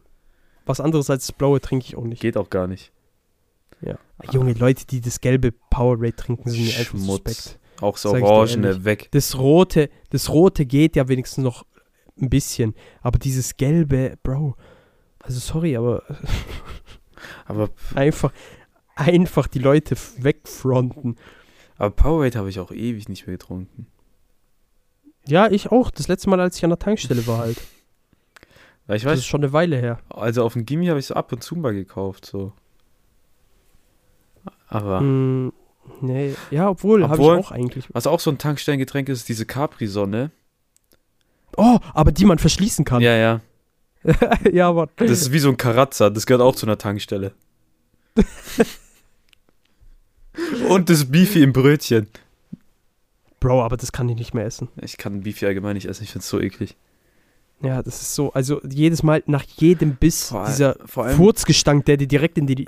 S3: was anderes als das Blaue trinke ich auch nicht.
S4: Geht auch gar nicht.
S3: Junge, Leute, die das gelbe Powerade trinken, sind mir einfach
S4: Ah. Schmutz.
S3: suspekt.
S4: Auch das
S3: Sag ich dir
S4: Orangene
S3: ehrlich.
S4: weg.
S3: Das rote, das rote geht ja wenigstens noch ein bisschen. Aber dieses gelbe, Bro. Also sorry, aber
S4: Aber,
S3: einfach, einfach die Leute f- wegfronten.
S4: aber Powerade habe ich auch ewig nicht mehr getrunken.
S3: Ja, ich auch. Das letzte Mal, als ich an der Tankstelle war halt.
S4: Weil ich
S3: Das
S4: weiß,
S3: ist schon eine Weile her.
S4: also auf dem Gimmi habe ich so ab und zu mal gekauft, so. Aber
S3: Hm, nee. Ja, obwohl, habe ich
S4: Ah. Obwohl-
S3: auch eigentlich.
S4: was auch so ein Tankstellengetränk ist, ist diese Capri-Sonne.
S3: Oh, aber die man verschließen kann.
S4: Ja, ja.
S3: ja Mann.
S4: Das ist wie so ein Karatzer, das gehört auch zu einer Tankstelle. und das Beefy im Brötchen.
S3: Bro, aber das kann ich nicht mehr essen.
S4: Ich kann Beefy allgemein nicht essen, ich finde es so eklig.
S3: Ja, das ist so. Also jedes Mal, nach jedem Biss,
S4: Vor all-
S3: dieser
S4: vor allem-
S3: Furzgestank, der dir direkt in die,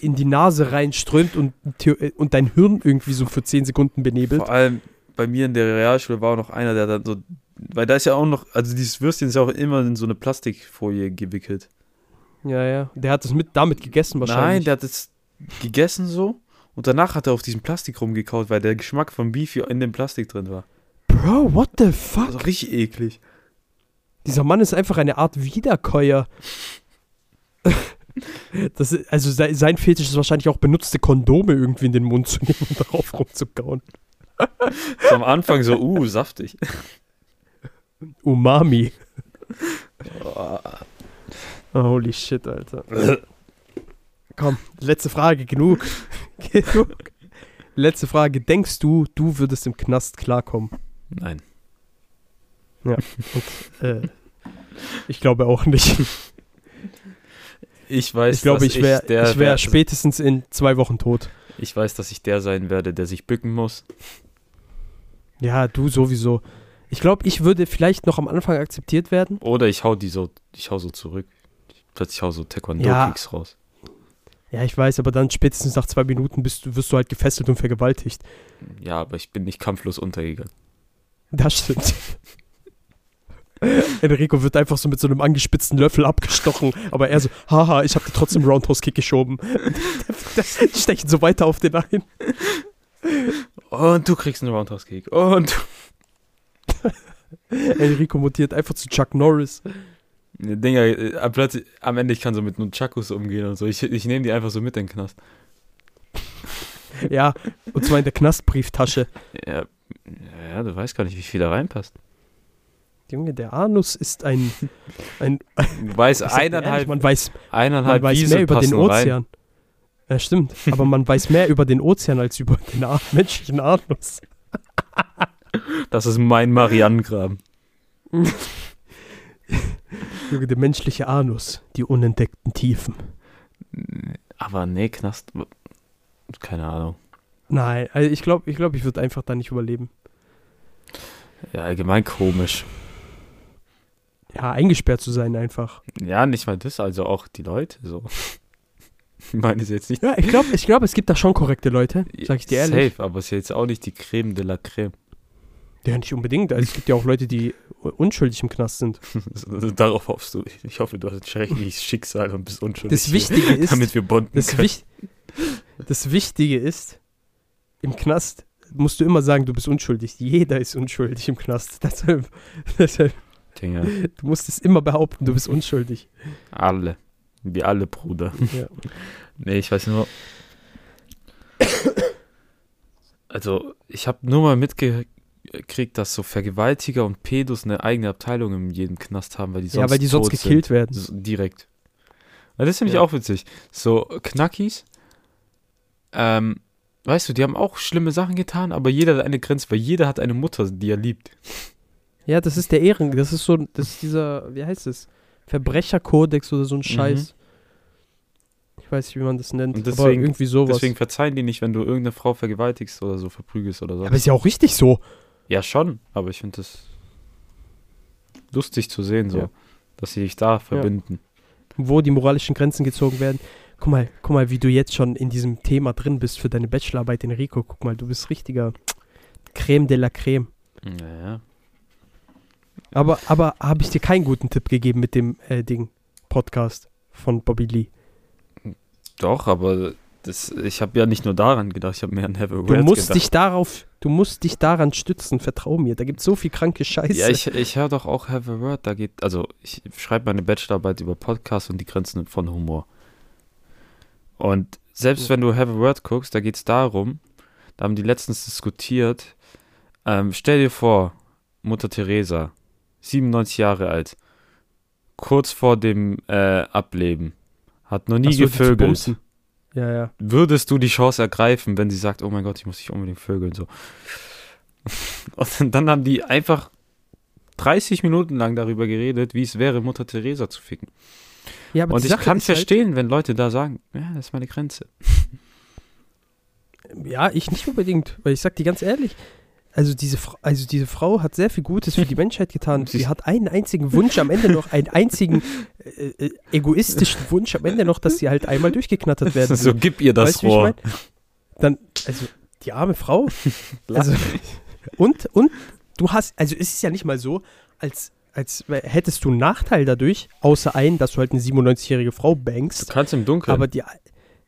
S3: in die Nase reinströmt und, the- und dein Hirn irgendwie so für 10 Sekunden benebelt.
S4: Vor allem bei mir in der Realschule war auch noch einer, der dann so, weil da ist ja auch noch, also dieses Würstchen ist ja auch immer in so eine Plastikfolie gewickelt.
S3: Ja, ja. Der hat es mit, damit gegessen
S4: Nein,
S3: wahrscheinlich.
S4: der hat es gegessen so und danach hat er auf diesem Plastik rumgekaut, weil der Geschmack von Beefy in dem Plastik drin war.
S3: Bro, what the fuck?
S4: Also richtig eklig.
S3: Dieser Mann ist einfach eine Art Wiederkäuer. Das ist, also se- sein Fetisch ist wahrscheinlich auch benutzte Kondome irgendwie in den Mund zu nehmen um und darauf rumzukauen.
S4: So am Anfang so, uh, saftig.
S3: Umami. Oh, Holy shit, Alter. Komm, letzte Frage, genug. genug. Letzte Frage. Denkst du, du würdest im Knast klarkommen?
S4: Nein.
S3: Ja. Und, äh, ich glaube auch nicht.
S4: Ich weiß,
S3: ich glaube,
S4: dass
S3: ich wäre
S4: der
S3: ich wär
S4: wär-
S3: spätestens in zwei Wochen tot.
S4: ich weiß, dass ich der sein werde, der sich bücken muss.
S3: Ja, du sowieso. Ich glaube, ich würde vielleicht noch am Anfang akzeptiert werden.
S4: Oder ich hau die so, ich hau so zurück. Plötzlich hau so
S3: Ja.
S4: Taekwondo-Kicks raus.
S3: Ja, ich weiß, aber dann spätestens nach zwei Minuten bist, du- wirst du halt gefesselt und vergewaltigt.
S4: Ja, aber ich bin nicht kampflos untergegangen.
S3: Das stimmt. Enrico wird einfach so mit so einem angespitzten Löffel abgestochen, aber er so, haha, ich habe dir trotzdem Roundhouse-Kick geschoben. Die Stechen so weiter auf den ein.
S4: Und du kriegst einen Roundhouse-Kick. Und
S3: Enrico mutiert einfach zu Chuck Norris.
S4: du. Dinger, äh, am plötzlich, am Ende, ich kann so mit Nunchakus umgehen und so. Ich, ich nehme die einfach so mit in den Knast.
S3: Ja, und zwar in der Knastbrieftasche.
S4: Ja, ja, du weißt gar nicht, wie viel da reinpasst.
S3: Junge, der Anus ist ein, ein
S4: Du weißt,
S3: ich sag dir ehrlich,
S4: eineinhalb,
S3: man weiß, man
S4: eineinhalb
S3: weiß
S4: Wiese
S3: mehr über den
S4: passen rein.
S3: Ozean. Ja, stimmt. Aber man weiß mehr über den Ozean als über den Ar- menschlichen Anus.
S4: Das ist mein Marianengraben.
S3: Junge, der menschliche Anus, die unentdeckten Tiefen.
S4: Aber nee, Knast. Keine Ahnung.
S3: Nein, also ich glaube, ich, glaub, ich würde einfach da nicht überleben.
S4: Ja, allgemein komisch.
S3: Ja, eingesperrt zu sein einfach.
S4: Ja, nicht mal das, also auch die Leute so. Ich meine, ist jetzt nicht.
S3: Ja, ich glaube, ich glaub, es gibt da schon korrekte Leute, sag ich dir ehrlich.
S4: Safe, aber ist jetzt auch nicht die Creme de la Creme.
S3: Ja, nicht unbedingt. Also es gibt ja auch Leute, die unschuldig im Knast sind.
S4: Darauf hoffst du. Ich hoffe, du hast ein schreckliches Schicksal und bist unschuldig.
S3: Das Wichtige
S4: hier,
S3: ist,
S4: Damit wir bonden
S3: Das,
S4: können.
S3: Wicht das Wichtige ist, im Knast musst du immer sagen, du bist unschuldig. Jeder ist unschuldig im Knast. Deshalb, deshalb
S4: Dinger.
S3: du musst es immer behaupten, du bist unschuldig.
S4: Alle. Wir alle, Bruder.
S3: Ja.
S4: Nee, ich weiß nur. Also, ich habe nur mal mitgekriegt, dass so Vergewaltiger und Pedos eine eigene Abteilung in jedem Knast haben, weil die sonst,
S3: ja, weil die sonst
S4: tot sind.
S3: gekillt werden.
S4: So, direkt. Weil das finde ich
S3: Ja.
S4: auch witzig. So Knackis, ähm, weißt du, die haben auch schlimme Sachen getan, aber jeder hat eine Grenze, weil jeder hat eine Mutter, die er liebt.
S3: Ja, das ist der Ehren, das ist so, das ist dieser, wie heißt es? Verbrecherkodex oder so
S4: Mhm.
S3: ein Scheiß. Ich weiß nicht, wie man das nennt,
S4: Und
S3: aber
S4: deswegen-
S3: irgendwie sowas.
S4: Deswegen verzeihen die nicht, wenn du irgendeine Frau vergewaltigst oder so verprügelst oder so.
S3: aber ist ja auch richtig so.
S4: ja, schon, aber ich finde das lustig zu sehen, so,
S3: Ja.
S4: dass sie dich da verbinden.
S3: wo die moralischen Grenzen gezogen werden. Guck mal, guck mal, wie du jetzt schon in diesem Thema drin bist für deine Bachelorarbeit, Enrico. Guck mal, du bist richtiger Creme de la Creme.
S4: Naja.
S3: Aber, aber habe ich dir keinen guten Tipp gegeben mit dem äh, Ding Podcast von Bobby Lee.
S4: Doch, aber das, ich habe ja nicht nur daran gedacht, ich habe mir an Heather
S3: Du
S4: Wells
S3: musst
S4: gedacht.
S3: dich darauf, du musst dich daran stützen. Vertrau mir, da gibt so viel kranke Scheiße.
S4: Ja, ich, ich höre doch auch Have a Word, da geht, also ich schreibe meine Bachelorarbeit über Podcasts und die Grenzen von Humor. Und selbst
S3: Mhm.
S4: wenn du Have a Word guckst, da geht es darum, da haben die letztens diskutiert, ähm, stell dir vor, Mutter Teresa, 97 Jahre alt, kurz vor dem äh, Ableben, hat noch nie
S3: Ach so, die zu
S4: gevögelt.
S3: bumsen. ja, ja.
S4: Würdest du die Chance ergreifen, wenn sie sagt, oh mein Gott, ich muss dich unbedingt vögeln, so. Und dann haben die einfach 30 Minuten lang darüber geredet, wie es wäre, Mutter Teresa zu ficken.
S3: ja aber
S4: Und
S3: die
S4: ich
S3: Sache
S4: kann
S3: ist halt-
S4: verstehen, wenn Leute da sagen, ja, das ist meine Grenze.
S3: Ja, ich nicht unbedingt, weil ich sag dir ganz ehrlich, also diese, Fra- also diese Frau hat sehr viel Gutes für die Menschheit getan. Sie hat einen einzigen Wunsch am Ende noch, einen einzigen äh, äh, egoistischen Wunsch am Ende noch, dass sie halt einmal durchgeknattert werden.
S4: so,
S3: will.
S4: gib ihr das
S3: du, wie
S4: vor.
S3: ich mein? Dann, also die arme Frau. Also, und, und du hast, also es ist ja nicht mal so, als, als hättest du einen Nachteil dadurch, außer einen, dass du halt eine 97-jährige Frau bangst.
S4: Du kannst im Dunkeln.
S3: Aber die,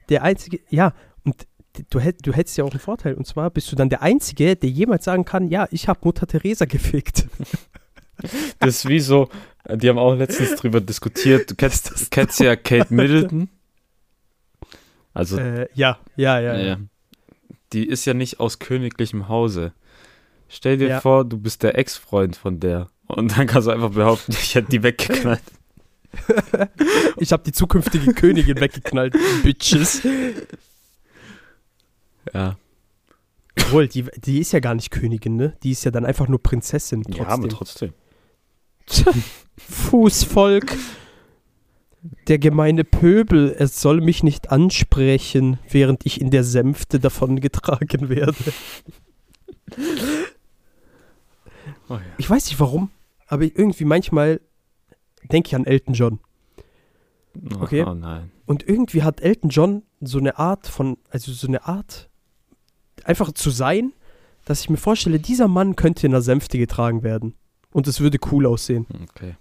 S3: der einzige, ja, und d- du, hätt, du hättest ja auch einen Vorteil. Und zwar bist du dann der Einzige, der jemals sagen kann, ja, ich habe Mutter Teresa gefickt.
S4: das ist wie so, die haben auch letztens drüber diskutiert, du kennst,
S3: das
S4: kennst ja Kate Middleton. Also
S3: Äh, ja, ja, ja, ja.
S4: Ja. Die ist ja nicht aus königlichem Hause. Stell dir
S3: Ja.
S4: vor, du bist der Ex-Freund von der. Und dann kannst du einfach behaupten, ich hätte die weggeknallt.
S3: Ich habe die zukünftige Königin weggeknallt, Bitches.
S4: Ja.
S3: Obwohl, die, die ist ja gar nicht Königin, ne? Die ist ja dann einfach nur Prinzessin.
S4: Ja, aber
S3: Trotzdem.
S4: trotzdem.
S3: Fußvolk. Der gemeine Pöbel, es soll mich nicht ansprechen, während ich in der Sänfte davongetragen werde.
S4: Oh ja.
S3: Ich weiß nicht warum, aber irgendwie manchmal denke ich an Elton John.
S4: Oh,
S3: Okay.
S4: Oh nein.
S3: Und irgendwie hat Elton John so eine Art von, also so eine Art, einfach zu sein, dass ich mir vorstelle, dieser Mann könnte in der Sänfte getragen werden. Und es würde cool aussehen.
S4: Okay.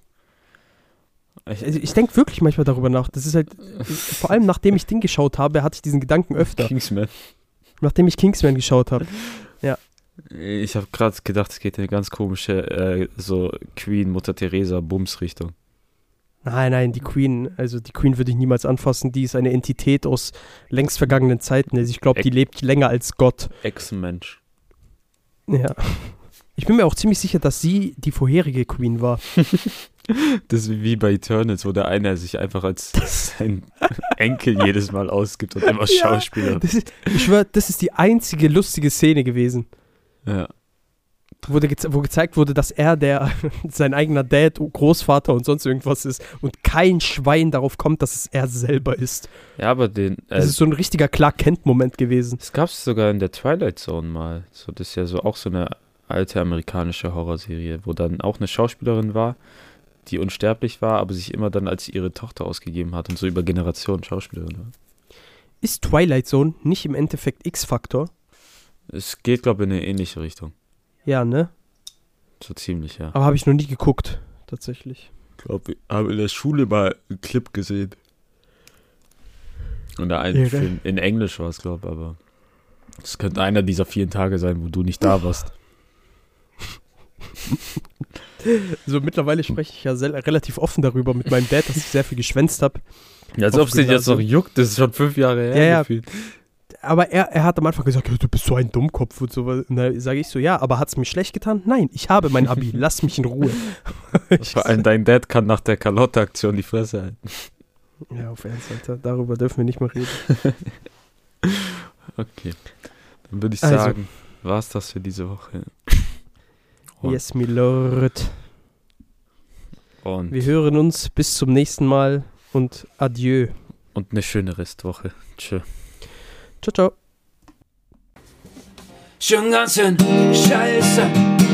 S4: Ich,
S3: Also ich denke wirklich manchmal darüber nach. Das ist halt, vor allem nachdem ich Ding geschaut habe, hatte ich diesen Gedanken öfter.
S4: Kingsman.
S3: Nachdem ich Kingsman geschaut habe.
S4: Ich habe gerade gedacht, es geht in eine ganz komische, äh, so Queen, Mutter Teresa, Bums-Richtung.
S3: Nein, nein, die Queen, also die Queen würde ich niemals anfassen. Die ist eine Entität aus längst vergangenen Zeiten. Also ich glaube, die lebt länger als Gott.
S4: Ex-Mensch.
S3: Ja. Ich bin mir auch ziemlich sicher, dass sie die vorherige Queen war.
S4: Das ist wie bei Eternals, wo der eine sich einfach als sein Enkel jedes Mal ausgibt und immer
S3: Ja.
S4: Schauspieler.
S3: Das ist, ich schwör, das ist die einzige lustige Szene gewesen,
S4: Ja.
S3: wo, der geze wo gezeigt wurde, dass er der sein eigener Dad, Großvater und sonst irgendwas ist und kein Schwein darauf kommt, dass es er selber ist.
S4: ja, aber den. Äh,
S3: Das ist so ein richtiger Clark Kent Moment gewesen.
S4: Es gab es sogar in der Twilight Zone mal. So, das ist ja so auch so eine alte amerikanische Horrorserie, wo dann auch eine Schauspielerin war, die unsterblich war, aber sich immer dann als ihre Tochter ausgegeben hat und so über Generationen Schauspielerin war.
S3: Ist Twilight Zone nicht im Endeffekt X-Faktor?
S4: Es geht, glaube ich, in eine ähnliche Richtung.
S3: Ja, ne?
S4: So ziemlich, ja.
S3: Aber habe ich noch nie geguckt, tatsächlich.
S4: Ich glaube, ich habe in der Schule mal einen Clip gesehen. Und der
S3: Ja,
S4: einen
S3: gell?
S4: Film in Englisch war es, glaube ich, aber. Es könnte einer dieser vielen Tage sein, wo du nicht da warst.
S3: So, mittlerweile spreche ich ja sel- relativ offen darüber mit meinem Dad, dass ich sehr viel geschwänzt habe.
S4: Ja, als
S3: Auf
S4: ob es dich jetzt noch
S3: Gymnasium.
S4: juckt, das ist schon fünf Jahre her.
S3: Ja, ja.
S4: gefühlt.
S3: Aber er, er hat am Anfang gesagt, ja, du bist so ein Dummkopf und so. Und dann sage ich so, ja, aber hat es mir schlecht getan? Nein, ich habe mein Abi, lass mich in Ruhe.
S4: Vor allem dein Dad kann nach der Kalotte-Aktion die Fresse halten.
S3: ja, auf Ernst, Alter, darüber dürfen wir nicht mehr reden.
S4: Okay. Dann würde ich
S3: Also.
S4: sagen, war's das für diese Woche. Und-
S3: Yes, my lord.
S4: Und,
S3: Wir hören uns, bis zum nächsten Mal und adieu.
S4: und eine schöne Restwoche. Tschö.
S3: Ciao, ciao.
S1: Schon ganz schön scheiße,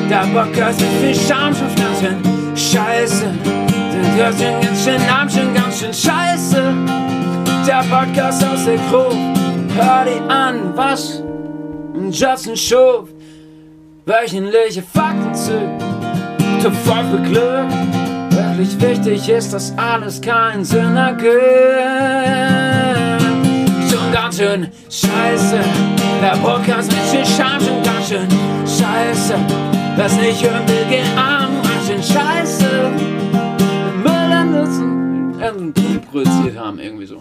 S1: der Bock hast mit viel Scham, schon ganz schön scheiße. Den hörst schon ganz schön arm, schon ganz schön scheiße. Der Podcast aus der Gruppe, hör dir an, was Justin Schuf wöchentliche Fakten zu. Du voll für Glück, wirklich wichtig ist, dass alles keinen Sinn ergibt. Schon ganz schön scheiße. Der Podcast mit viel Scham schon ganz schön scheiße. Was nicht hören will, geh arm, ganz schön scheiße. Müll an Nutzen, irgendwie produziert haben, irgendwie so.